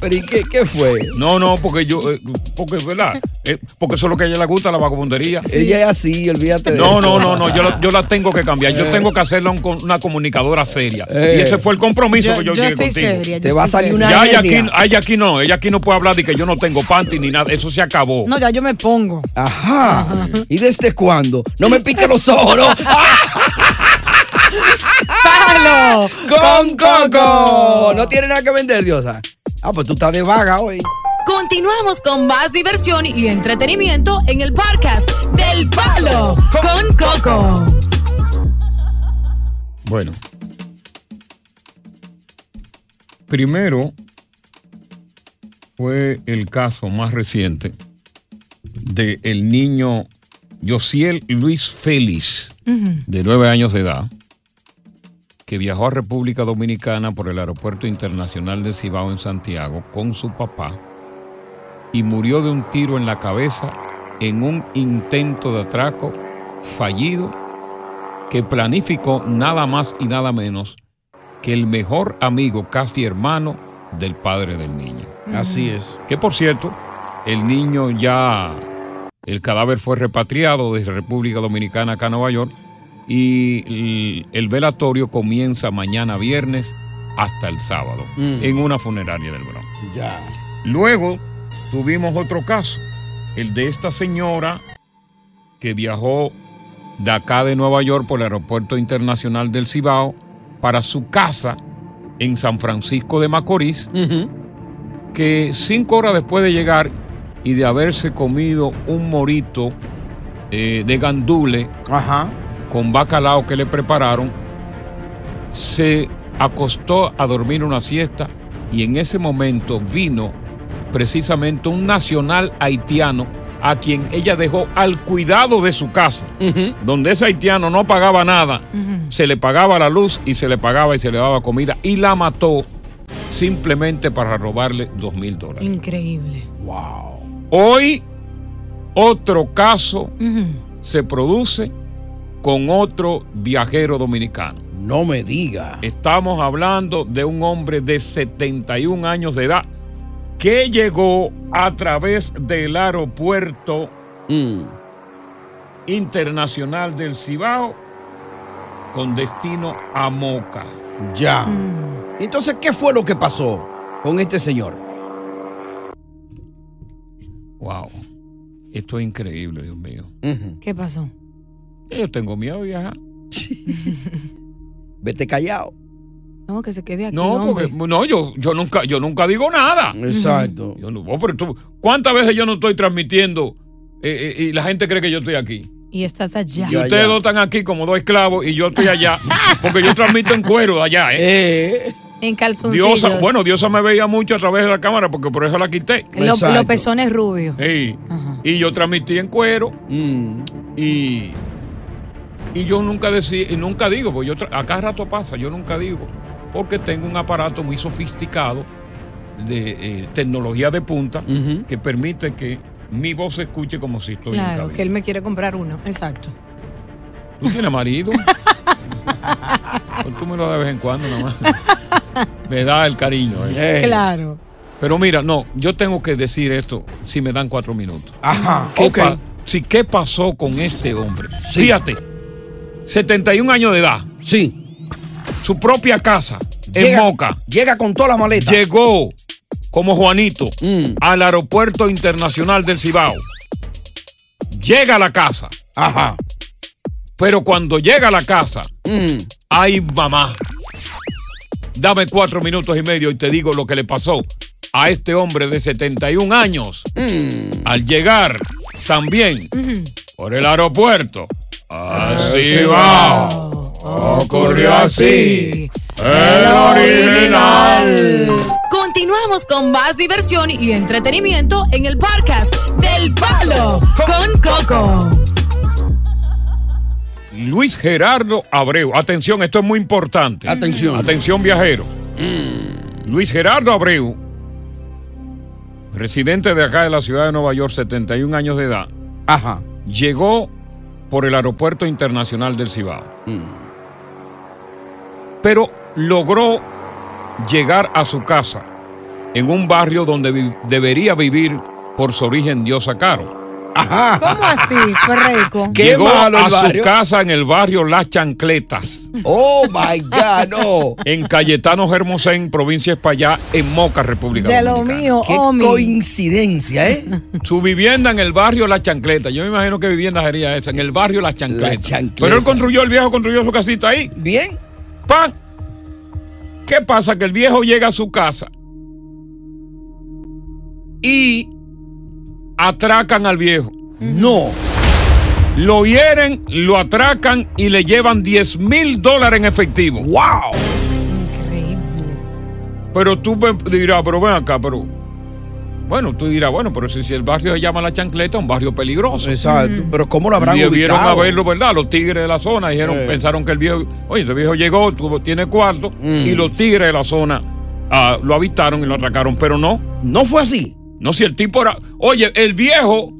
[SPEAKER 3] ¿Pero y qué, qué fue?
[SPEAKER 5] No, no, porque yo, eh, porque, ¿verdad? Eh, porque eso es lo que a ella le gusta, la vagabundería.
[SPEAKER 3] Ella es así, olvídate de
[SPEAKER 5] No, no,
[SPEAKER 3] eso.
[SPEAKER 5] no, no, yo la, yo la tengo que cambiar. Yo
[SPEAKER 3] Eh.
[SPEAKER 5] tengo que hacerla un con- una comunicadora seria.
[SPEAKER 3] Eh.
[SPEAKER 5] Y ese fue el compromiso que yo, llegué contigo.
[SPEAKER 3] Te va a salir una
[SPEAKER 5] ya, ella
[SPEAKER 3] hernia.
[SPEAKER 5] aquí, ay, aquí no, ella aquí no puede hablar de que yo no tengo panty ni nada, eso se acabó.
[SPEAKER 4] No, ya yo me pongo.
[SPEAKER 3] Ajá. ¿Y desde cuándo? No me pique los ojos,
[SPEAKER 4] [laughs]
[SPEAKER 3] ¿no?
[SPEAKER 4] ¡Palo!
[SPEAKER 3] ¡Con Coco! No tiene nada que vender, Diosa. Ah, pues tú estás de vaga hoy.
[SPEAKER 10] Continuamos con más diversión y entretenimiento en el podcast del Palo con Coco.
[SPEAKER 5] Bueno. Primero fue el caso más reciente de el niño Josiel Luis Félix, de nueve años de edad, que viajó a República Dominicana por el Aeropuerto Internacional de Cibao en Santiago con su papá y murió de un tiro en la cabeza en un intento de atraco fallido que planificó nada más y nada menos que el mejor amigo, casi hermano, del padre del niño.
[SPEAKER 9] Así es.
[SPEAKER 5] Que por cierto, el niño ya, el cadáver fue repatriado desde República Dominicana acá a Nueva York y el- el velatorio comienza mañana viernes hasta el sábado
[SPEAKER 9] Mm.
[SPEAKER 5] en una funeraria del Bronx.
[SPEAKER 9] Ya.
[SPEAKER 5] Luego tuvimos otro caso, el de esta señora que viajó de acá de Nueva York por el Aeropuerto Internacional del Cibao para su casa en San Francisco de Macorís, que cinco horas después de llegar y de haberse comido un morito eh, de gandule con bacalao que le prepararon, se acostó a dormir una siesta y en ese momento vino precisamente un nacional haitiano a quien ella dejó al cuidado de su casa, donde ese haitiano no pagaba nada, se le pagaba la luz y se le pagaba y se le daba comida y la mató simplemente para robarle dos mil dólares.
[SPEAKER 4] Increíble.
[SPEAKER 5] Hoy otro caso se produce con otro viajero dominicano.
[SPEAKER 3] No me diga.
[SPEAKER 5] Estamos hablando de un hombre de 71 años de edad que llegó a través del aeropuerto
[SPEAKER 3] Mm.
[SPEAKER 5] internacional del Cibao con destino a Moca.
[SPEAKER 3] Ya. Entonces, ¿qué fue lo que pasó con este señor?
[SPEAKER 5] Wow. Esto es increíble, Dios mío.
[SPEAKER 4] ¿Qué pasó?
[SPEAKER 5] Yo tengo miedo de viajar.
[SPEAKER 3] [laughs] Vete callado.
[SPEAKER 4] No, que se quede aquí.
[SPEAKER 5] No,
[SPEAKER 4] hombre.
[SPEAKER 5] porque, no yo, yo, nunca, yo nunca digo nada.
[SPEAKER 3] Exacto.
[SPEAKER 5] Yo no- oh, pero tú- ¿Cuántas veces yo no estoy transmitiendo eh, eh, y la gente cree que yo estoy aquí?
[SPEAKER 4] Y estás allá.
[SPEAKER 5] y ustedes dos están aquí como dos esclavos y yo estoy allá porque yo transmito en cuero allá. ¿eh?
[SPEAKER 4] En calzoncillos.
[SPEAKER 5] Diosa, bueno, Diosa me veía mucho a través de la cámara porque por eso la quité.
[SPEAKER 4] Lo- los pezones rubios.
[SPEAKER 5] Sí. Y yo transmití en cuero.
[SPEAKER 4] Mm.
[SPEAKER 5] Y, y yo nunca decí- y nunca digo, porque yo tra- a cada rato pasa, yo nunca digo, porque tengo un aparato muy sofisticado de eh, tecnología de punta que permite que mi voz se escuche como si estoy en
[SPEAKER 4] Claro,
[SPEAKER 5] cabina.
[SPEAKER 4] que él me quiere comprar uno. Exacto.
[SPEAKER 5] ¿Tú tienes
[SPEAKER 4] [laughs]
[SPEAKER 5] marido? O tú me lo das de vez en cuando nada más. [laughs] Me da el cariño. ¿eh?
[SPEAKER 4] Claro.
[SPEAKER 5] Pero mira, no, yo tengo que decir esto si me dan cuatro minutos.
[SPEAKER 3] Ajá.
[SPEAKER 5] ¿Qué pa- si, ¿Qué pasó con este hombre? Fíjate, 71 años de edad.
[SPEAKER 3] Sí.
[SPEAKER 5] Su propia casa,
[SPEAKER 3] Llega-
[SPEAKER 5] en Moca.
[SPEAKER 3] Llega con todas las maletas.
[SPEAKER 5] Llegó como Juanito
[SPEAKER 3] Mm.
[SPEAKER 5] al aeropuerto internacional del Cibao. Llega a la casa.
[SPEAKER 3] Ajá.
[SPEAKER 5] Pero cuando llega a la casa,
[SPEAKER 3] Mm.
[SPEAKER 5] Ay, mamá. Dame cuatro minutos y medio y te digo lo que le pasó a este hombre de 71 años
[SPEAKER 3] Mm.
[SPEAKER 5] al llegar también por el aeropuerto. Así va. Ocurrió así. El original.
[SPEAKER 10] Continuamos con más diversión y entretenimiento en el podcast del Palo con Coco.
[SPEAKER 3] [laughs]
[SPEAKER 5] Luis Gerardo Abreu. Atención, esto es muy importante. Atención. Atención, viajero. Luis Gerardo Abreu, residente de acá de la ciudad de Nueva York, 71 años de edad.
[SPEAKER 3] Ajá.
[SPEAKER 5] Llegó por el aeropuerto internacional del Cibao. Pero logró llegar a su casa en un barrio donde vi- debería vivir por su origen Diosa Caro.
[SPEAKER 4] ¿Cómo
[SPEAKER 3] Ah,
[SPEAKER 4] así? Fue rico.
[SPEAKER 5] Llegó a su casa en el barrio Las Chancletas.
[SPEAKER 3] Oh my God, no.
[SPEAKER 5] En Cayetano Germosén, provincia de España, en Moca, República
[SPEAKER 4] De lo
[SPEAKER 5] Dominicana.
[SPEAKER 4] mío,
[SPEAKER 3] Qué
[SPEAKER 4] Omi.
[SPEAKER 3] coincidencia, ¿eh?
[SPEAKER 4] [laughs]
[SPEAKER 5] Su vivienda en el barrio Las Chancletas. Yo me imagino que vivienda sería esa, en el barrio Las Chancletas. Pero él construyó, el viejo construyó su casita ahí.
[SPEAKER 3] Bien.
[SPEAKER 5] ¡Pan! ¿Qué pasa? Que el viejo llega a su casa y atracan al viejo.
[SPEAKER 3] No.
[SPEAKER 5] Lo hieren, lo atracan y le llevan 10 mil dólares en efectivo.
[SPEAKER 3] ¡Wow!
[SPEAKER 5] Pero tú me dirás, pero ven acá, pero. Bueno, tú dirás, bueno, pero si, si el barrio se llama La Chancleta, un barrio peligroso.
[SPEAKER 3] Exacto. Pero ¿cómo lo habrán
[SPEAKER 5] Debieron
[SPEAKER 3] ubicado?
[SPEAKER 5] haberlo, ¿verdad? Los tigres de la zona dijeron, pensaron que el viejo, oye, el viejo llegó, tuvo- tiene cuarto,
[SPEAKER 3] Mm.
[SPEAKER 5] y los tigres de la zona ah, lo habitaron y lo atracaron, pero no.
[SPEAKER 3] No fue así.
[SPEAKER 5] No, si el tipo era, oye, el viejo,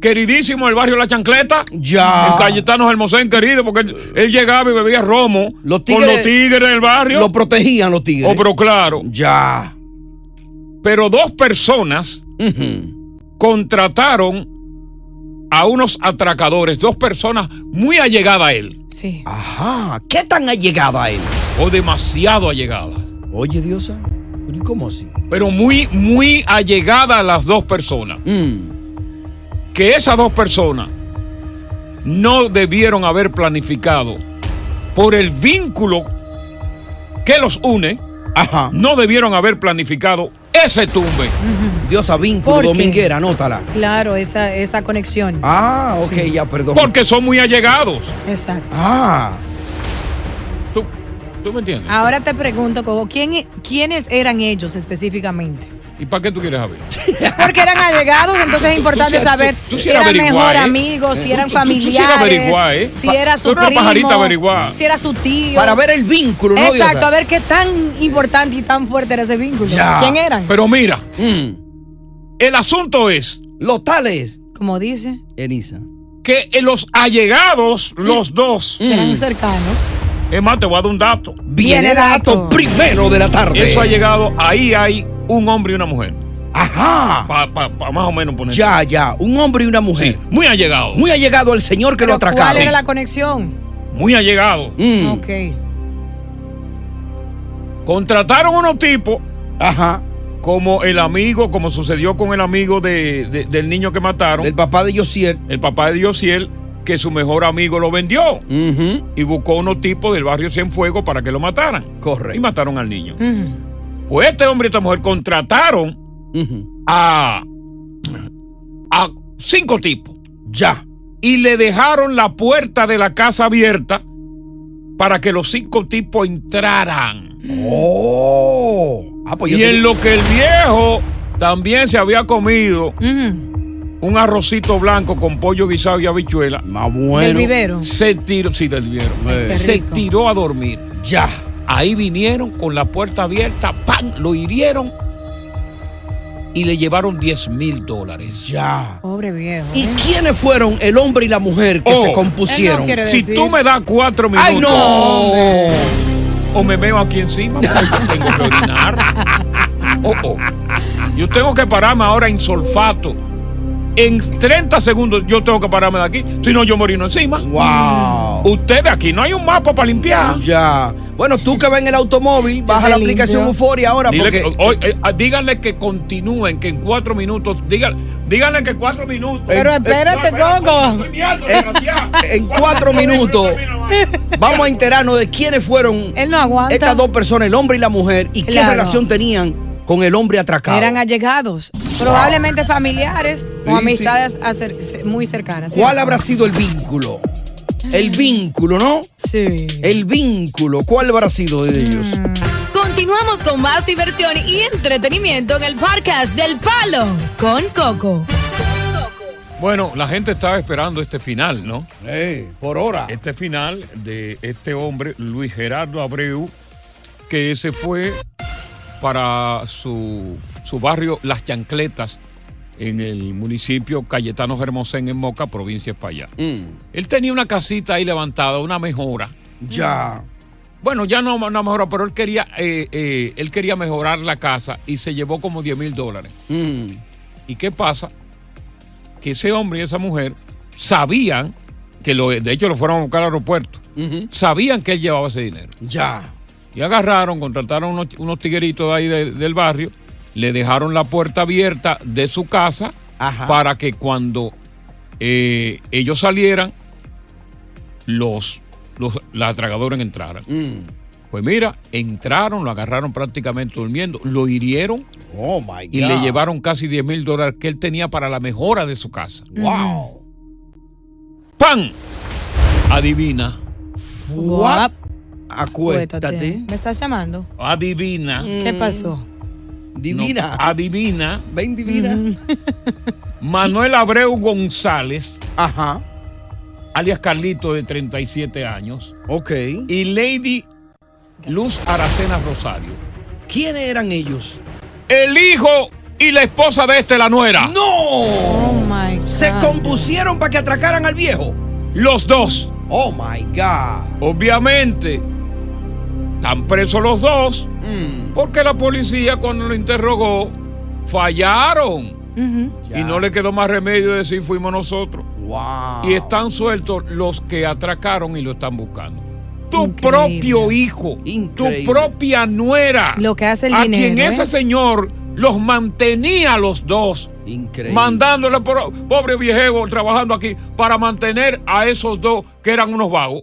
[SPEAKER 5] queridísimo del barrio La Chancleta,
[SPEAKER 3] Ya.
[SPEAKER 5] el Cayetano Hermosén, querido, porque él, él llegaba y bebía romo con los tigres del barrio.
[SPEAKER 3] Lo protegían los tigres.
[SPEAKER 5] Oh, pero claro.
[SPEAKER 3] Ya.
[SPEAKER 5] Pero dos personas contrataron a unos atracadores, dos personas muy allegadas a él.
[SPEAKER 4] Sí.
[SPEAKER 3] Ajá. ¿Qué tan allegada a él?
[SPEAKER 5] O demasiado allegadas.
[SPEAKER 3] Oye, Diosa, ¿y cómo así?
[SPEAKER 5] Pero muy, muy allegadas a las dos personas.
[SPEAKER 3] Mm.
[SPEAKER 5] Que esas dos personas no debieron haber planificado por el vínculo que los une. No debieron haber planificado ese tumbe.
[SPEAKER 3] Diosa, vínculo,
[SPEAKER 4] ¿Por qué?
[SPEAKER 3] dominguera, anótala.
[SPEAKER 4] Claro, esa, esa conexión.
[SPEAKER 3] Ah, ok, ya, perdón.
[SPEAKER 5] Porque son muy allegados.
[SPEAKER 4] Exacto.
[SPEAKER 3] Ah.
[SPEAKER 5] ¿Tú me entiendes?
[SPEAKER 4] Ahora te pregunto, Coco, ¿quién, e, ¿quiénes eran ellos específicamente?
[SPEAKER 5] ¿Y para qué tú quieres saber?
[SPEAKER 4] [laughs] Porque
[SPEAKER 5] [laughs]
[SPEAKER 4] eran allegados, entonces es importante
[SPEAKER 5] sí-
[SPEAKER 4] saber
[SPEAKER 5] tú- tú sí
[SPEAKER 4] si eran
[SPEAKER 5] averiguar,
[SPEAKER 4] mejor
[SPEAKER 5] ¿eh?
[SPEAKER 4] amigos, si eran
[SPEAKER 5] Tú- tú- tú sí averiguar, ¿eh?
[SPEAKER 4] familiares, si
[SPEAKER 5] Pa-
[SPEAKER 4] era
[SPEAKER 5] tú
[SPEAKER 4] su
[SPEAKER 5] eres una pajarita
[SPEAKER 4] primo,
[SPEAKER 5] averiguar.
[SPEAKER 4] si era su tío.
[SPEAKER 3] Para ver el vínculo, ¿no?
[SPEAKER 4] Exacto,
[SPEAKER 3] Diosa?
[SPEAKER 4] a ver qué tan importante y tan fuerte era ese vínculo.
[SPEAKER 5] Ya.
[SPEAKER 4] ¿Quién eran?
[SPEAKER 5] Pero mira, el asunto es.
[SPEAKER 3] Mm. Los tales.
[SPEAKER 4] Como dice, Mm.
[SPEAKER 3] Elisa.
[SPEAKER 5] Que eh, los allegados, los dos.
[SPEAKER 3] Mm.
[SPEAKER 4] eran cercanos.
[SPEAKER 5] Es más, te voy a dar un dato.
[SPEAKER 4] Viene dato
[SPEAKER 3] primero de la tarde.
[SPEAKER 5] Eso ha llegado. Ahí hay un hombre y una mujer.
[SPEAKER 3] Ajá.
[SPEAKER 5] Para más o menos poner.
[SPEAKER 3] Ya, ya. Un hombre y una mujer.
[SPEAKER 5] muy allegado.
[SPEAKER 3] Muy allegado al señor que lo
[SPEAKER 4] ¿Cuál
[SPEAKER 3] atracaron. Mm.
[SPEAKER 4] era la conexión?
[SPEAKER 5] Muy allegado.
[SPEAKER 4] Ok.
[SPEAKER 5] Contrataron unos tipos.
[SPEAKER 3] Ajá.
[SPEAKER 5] Como el amigo, como sucedió con el amigo de- de- del niño que mataron. El
[SPEAKER 3] papá de Yosiel.
[SPEAKER 5] El papá de Yosiel, que su mejor amigo lo vendió. Y buscó unos tipos del barrio Cienfuegos para que lo mataran.
[SPEAKER 3] Correcto.
[SPEAKER 5] Y mataron al niño.
[SPEAKER 4] Mm.
[SPEAKER 5] Pues este hombre y esta mujer contrataron a, a cinco tipos.
[SPEAKER 3] Ya.
[SPEAKER 5] Y le dejaron la puerta de la casa abierta para que los cinco tipos entraran.
[SPEAKER 3] Oh. pues yo
[SPEAKER 5] y
[SPEAKER 3] te-
[SPEAKER 5] en lo que el viejo también se había comido un arrocito blanco con pollo guisado y habichuela.
[SPEAKER 3] Más
[SPEAKER 4] bueno. ¿Del vivero?
[SPEAKER 5] Se tiró, sí, del vivero.
[SPEAKER 4] qué
[SPEAKER 5] Se
[SPEAKER 4] rico.
[SPEAKER 5] tiró a dormir. Ya. Ahí vinieron con la puerta abierta, ¡pam! Lo hirieron y le llevaron 10 mil dólares.
[SPEAKER 3] Ya.
[SPEAKER 4] Pobre viejo. ¿eh?
[SPEAKER 3] ¿Y quiénes fueron el hombre y la mujer que
[SPEAKER 5] Oh.
[SPEAKER 3] se compusieron?
[SPEAKER 5] Él no quiere Si decir. tú me das cuatro minutos.
[SPEAKER 3] ¡Ay, no!
[SPEAKER 5] O me veo aquí encima porque yo tengo que orinar. [laughs] Oh, oh. Yo tengo que pararme ahora en solfato. En 30 segundos yo tengo que pararme de aquí, si no yo me orino encima.
[SPEAKER 3] ¡Wow!
[SPEAKER 5] Ustedes aquí no hay un mapa para limpiar.
[SPEAKER 3] Ya. Bueno, tú que vas en el automóvil, baja la aplicación Euforia ahora
[SPEAKER 5] Dile
[SPEAKER 3] porque.
[SPEAKER 5] que- hoy, eh, ah, díganle que continúen, que en cuatro minutos. Díganle, díganle que cuatro minutos. eh,
[SPEAKER 3] Pero espérate,
[SPEAKER 4] Coco.
[SPEAKER 3] Eh, en cuatro minutos vamos a enterarnos de quiénes fueron estas dos personas, el hombre y la mujer, y qué
[SPEAKER 4] Claro.
[SPEAKER 3] relación tenían con el hombre atracado.
[SPEAKER 4] Eran allegados, probablemente familiares o
[SPEAKER 3] Sí,
[SPEAKER 4] amistades acer- muy cercanas. ¿sí?
[SPEAKER 3] ¿Cuál habrá sido el vínculo? El vínculo, ¿no?
[SPEAKER 4] Sí. Mm.
[SPEAKER 3] El vínculo, ¿cuál habrá sido de ellos?
[SPEAKER 10] Continuamos con más diversión y entretenimiento en el podcast del Palo con Coco.
[SPEAKER 5] Bueno, la gente estaba esperando este final, ¿no?
[SPEAKER 3] por hora.
[SPEAKER 5] Este final de este hombre, Luis Gerardo Abreu, que se fue para su, su barrio Las Chancletas, en el municipio Cayetano Germosén, en Moca, provincia de España. Él tenía una casita ahí levantada, una mejora.
[SPEAKER 3] Ya.
[SPEAKER 5] Bueno, ya no, no mejoró, pero él quería, eh, eh, él quería mejorar la casa y se llevó como 10 mil dólares. ¿Y qué pasa? Que ese hombre y esa mujer sabían que lo, de hecho lo fueron a buscar al aeropuerto. Sabían que él llevaba ese dinero. Ya. Y agarraron, contrataron unos, unos tigueritos de ahí de- del barrio, le dejaron la puerta abierta de su casa para que cuando eh, ellos salieran, los, los las atracadoras entraran. Pues mira, entraron, lo agarraron prácticamente durmiendo, lo hirieron
[SPEAKER 3] Oh my God.
[SPEAKER 5] y le llevaron casi 10 mil dólares que él tenía para la mejora de su casa.
[SPEAKER 3] ¡Wow!
[SPEAKER 5] ¡Pan! Adivina,
[SPEAKER 4] Guap.
[SPEAKER 5] acuéstate.
[SPEAKER 4] ¿Me estás llamando?
[SPEAKER 3] Ah.
[SPEAKER 5] Adivina.
[SPEAKER 4] Mm. ¿Qué pasó?
[SPEAKER 3] Mm.
[SPEAKER 5] Divina. adivina. Ven divina.
[SPEAKER 4] Mm.
[SPEAKER 5] [laughs] Manuel Abreu González. Ajá. Alias Carlito de 37 años. Ok. Y Lady Luz Aracena Rosario. ¿Quiénes eran ellos? El hijo y la esposa de este, la nuera.
[SPEAKER 3] ¡No!
[SPEAKER 4] Oh Ah.
[SPEAKER 3] Se compusieron para que atracaran al viejo.
[SPEAKER 5] Los dos.
[SPEAKER 3] Oh my God.
[SPEAKER 5] Obviamente, están presos los dos
[SPEAKER 3] Mm.
[SPEAKER 5] porque la policía cuando lo interrogó fallaron. Y no le quedó más remedio de decir fuimos nosotros.
[SPEAKER 3] Ah.
[SPEAKER 5] Y están sueltos los que atracaron y lo están buscando. Tu propio hijo, tu propia nuera.
[SPEAKER 4] Lo que hace el
[SPEAKER 5] a
[SPEAKER 4] dinero,
[SPEAKER 5] quien
[SPEAKER 4] ¿eh?
[SPEAKER 5] ese señor los mantenía a los dos.
[SPEAKER 3] Increíble.
[SPEAKER 5] Mandándole, por- pobre viejevo, trabajando aquí para mantener a esos dos que eran unos vagos.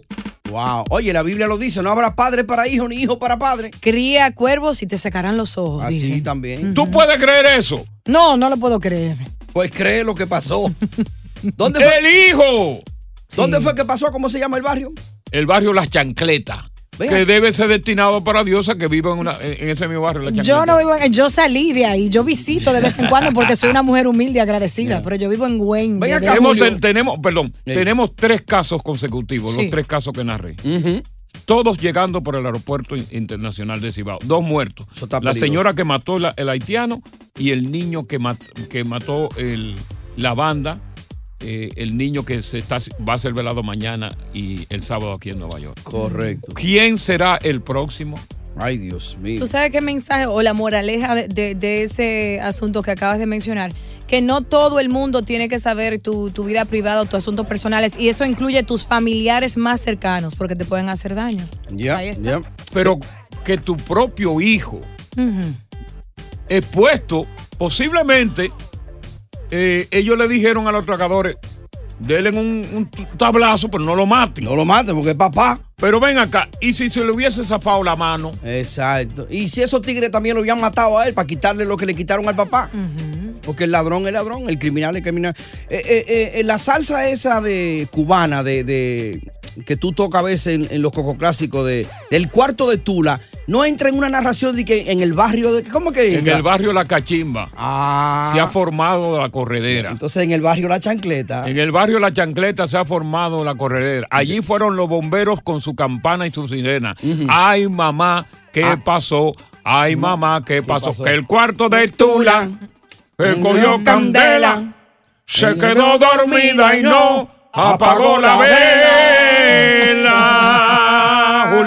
[SPEAKER 3] Wow. Oye, la Biblia lo dice, no habrá padre para hijo ni hijo para padre.
[SPEAKER 4] Cría cuervos y te sacarán los ojos.
[SPEAKER 3] Así
[SPEAKER 4] dice.
[SPEAKER 3] también.
[SPEAKER 5] ¿Tú puedes creer eso?
[SPEAKER 4] No, no lo puedo creer.
[SPEAKER 3] Pues cree lo
[SPEAKER 5] [laughs]
[SPEAKER 3] que pasó. ¿Dónde
[SPEAKER 5] ¡El hijo!
[SPEAKER 3] ¿Dónde fue que pasó? ¿Cómo se llama el barrio?
[SPEAKER 5] El barrio Las Chancletas.
[SPEAKER 3] Ven
[SPEAKER 5] Que
[SPEAKER 3] aquí.
[SPEAKER 5] debe ser destinado para diosa que viva en, una- en ese mismo barrio, Las
[SPEAKER 4] Yo
[SPEAKER 5] Chancletas.
[SPEAKER 4] no vivo en- yo salí de ahí, yo visito de vez en cuando porque soy una mujer humilde y agradecida, pero yo vivo en Wayne. de verdad.
[SPEAKER 5] Hemos- ten- tenemos, perdón, tenemos tres casos consecutivos,
[SPEAKER 4] Sí.
[SPEAKER 5] los tres casos que narré. Todos llegando por el aeropuerto in- internacional de Cibao. Dos muertos. La
[SPEAKER 3] peligroso.
[SPEAKER 5] señora que mató la- el haitiano y el niño que, mat- que mató el- la banda. eh, el niño que se está, va a ser velado mañana y el sábado aquí en Nueva York.
[SPEAKER 3] Correcto.
[SPEAKER 5] ¿Quién será el próximo?
[SPEAKER 3] Ay, Dios mío.
[SPEAKER 4] Tú sabes qué mensaje o la moraleja de, de- de ese asunto que acabas de mencionar, que no todo el mundo tiene que saber tu, tu vida privada o tus asuntos personales y eso incluye tus familiares más cercanos porque te pueden hacer daño.
[SPEAKER 5] Ya,
[SPEAKER 4] Ahí está.
[SPEAKER 5] ya. Pero que tu propio hijo
[SPEAKER 4] Ujú.
[SPEAKER 5] expuesto, posiblemente eh, ellos le dijeron a los atracadores, denle un, un t- tablazo, pero no lo maten.
[SPEAKER 3] No lo maten porque es papá.
[SPEAKER 5] Pero ven acá, y si se le hubiese zafado la mano.
[SPEAKER 3] Exacto. Y si esos tigres también lo habían matado a él para quitarle lo que le quitaron al papá. Porque el ladrón es ladrón, el criminal es criminal. Eh, eh, eh, eh, la salsa esa de cubana, de, de- que tú tocas a veces en, en los cocos clásicos, de, del cuarto de Tula, no entra en una narración de que en el barrio de. ¿Cómo que
[SPEAKER 5] En
[SPEAKER 3] entra?
[SPEAKER 5] el barrio La Cachimba
[SPEAKER 3] Ah.
[SPEAKER 5] se ha formado la corredera.
[SPEAKER 3] Entonces en el barrio La Chancleta.
[SPEAKER 5] En el barrio La Chancleta se ha formado la corredera. Allí fueron los bomberos con su campana y su sirena. Ay, mamá, ¿qué
[SPEAKER 3] Ah.
[SPEAKER 5] pasó? Ay, mamá, ¿qué, pasó? Que el cuarto de Tula se cogió candela, se quedó dormida y no apagó la vela. Ah,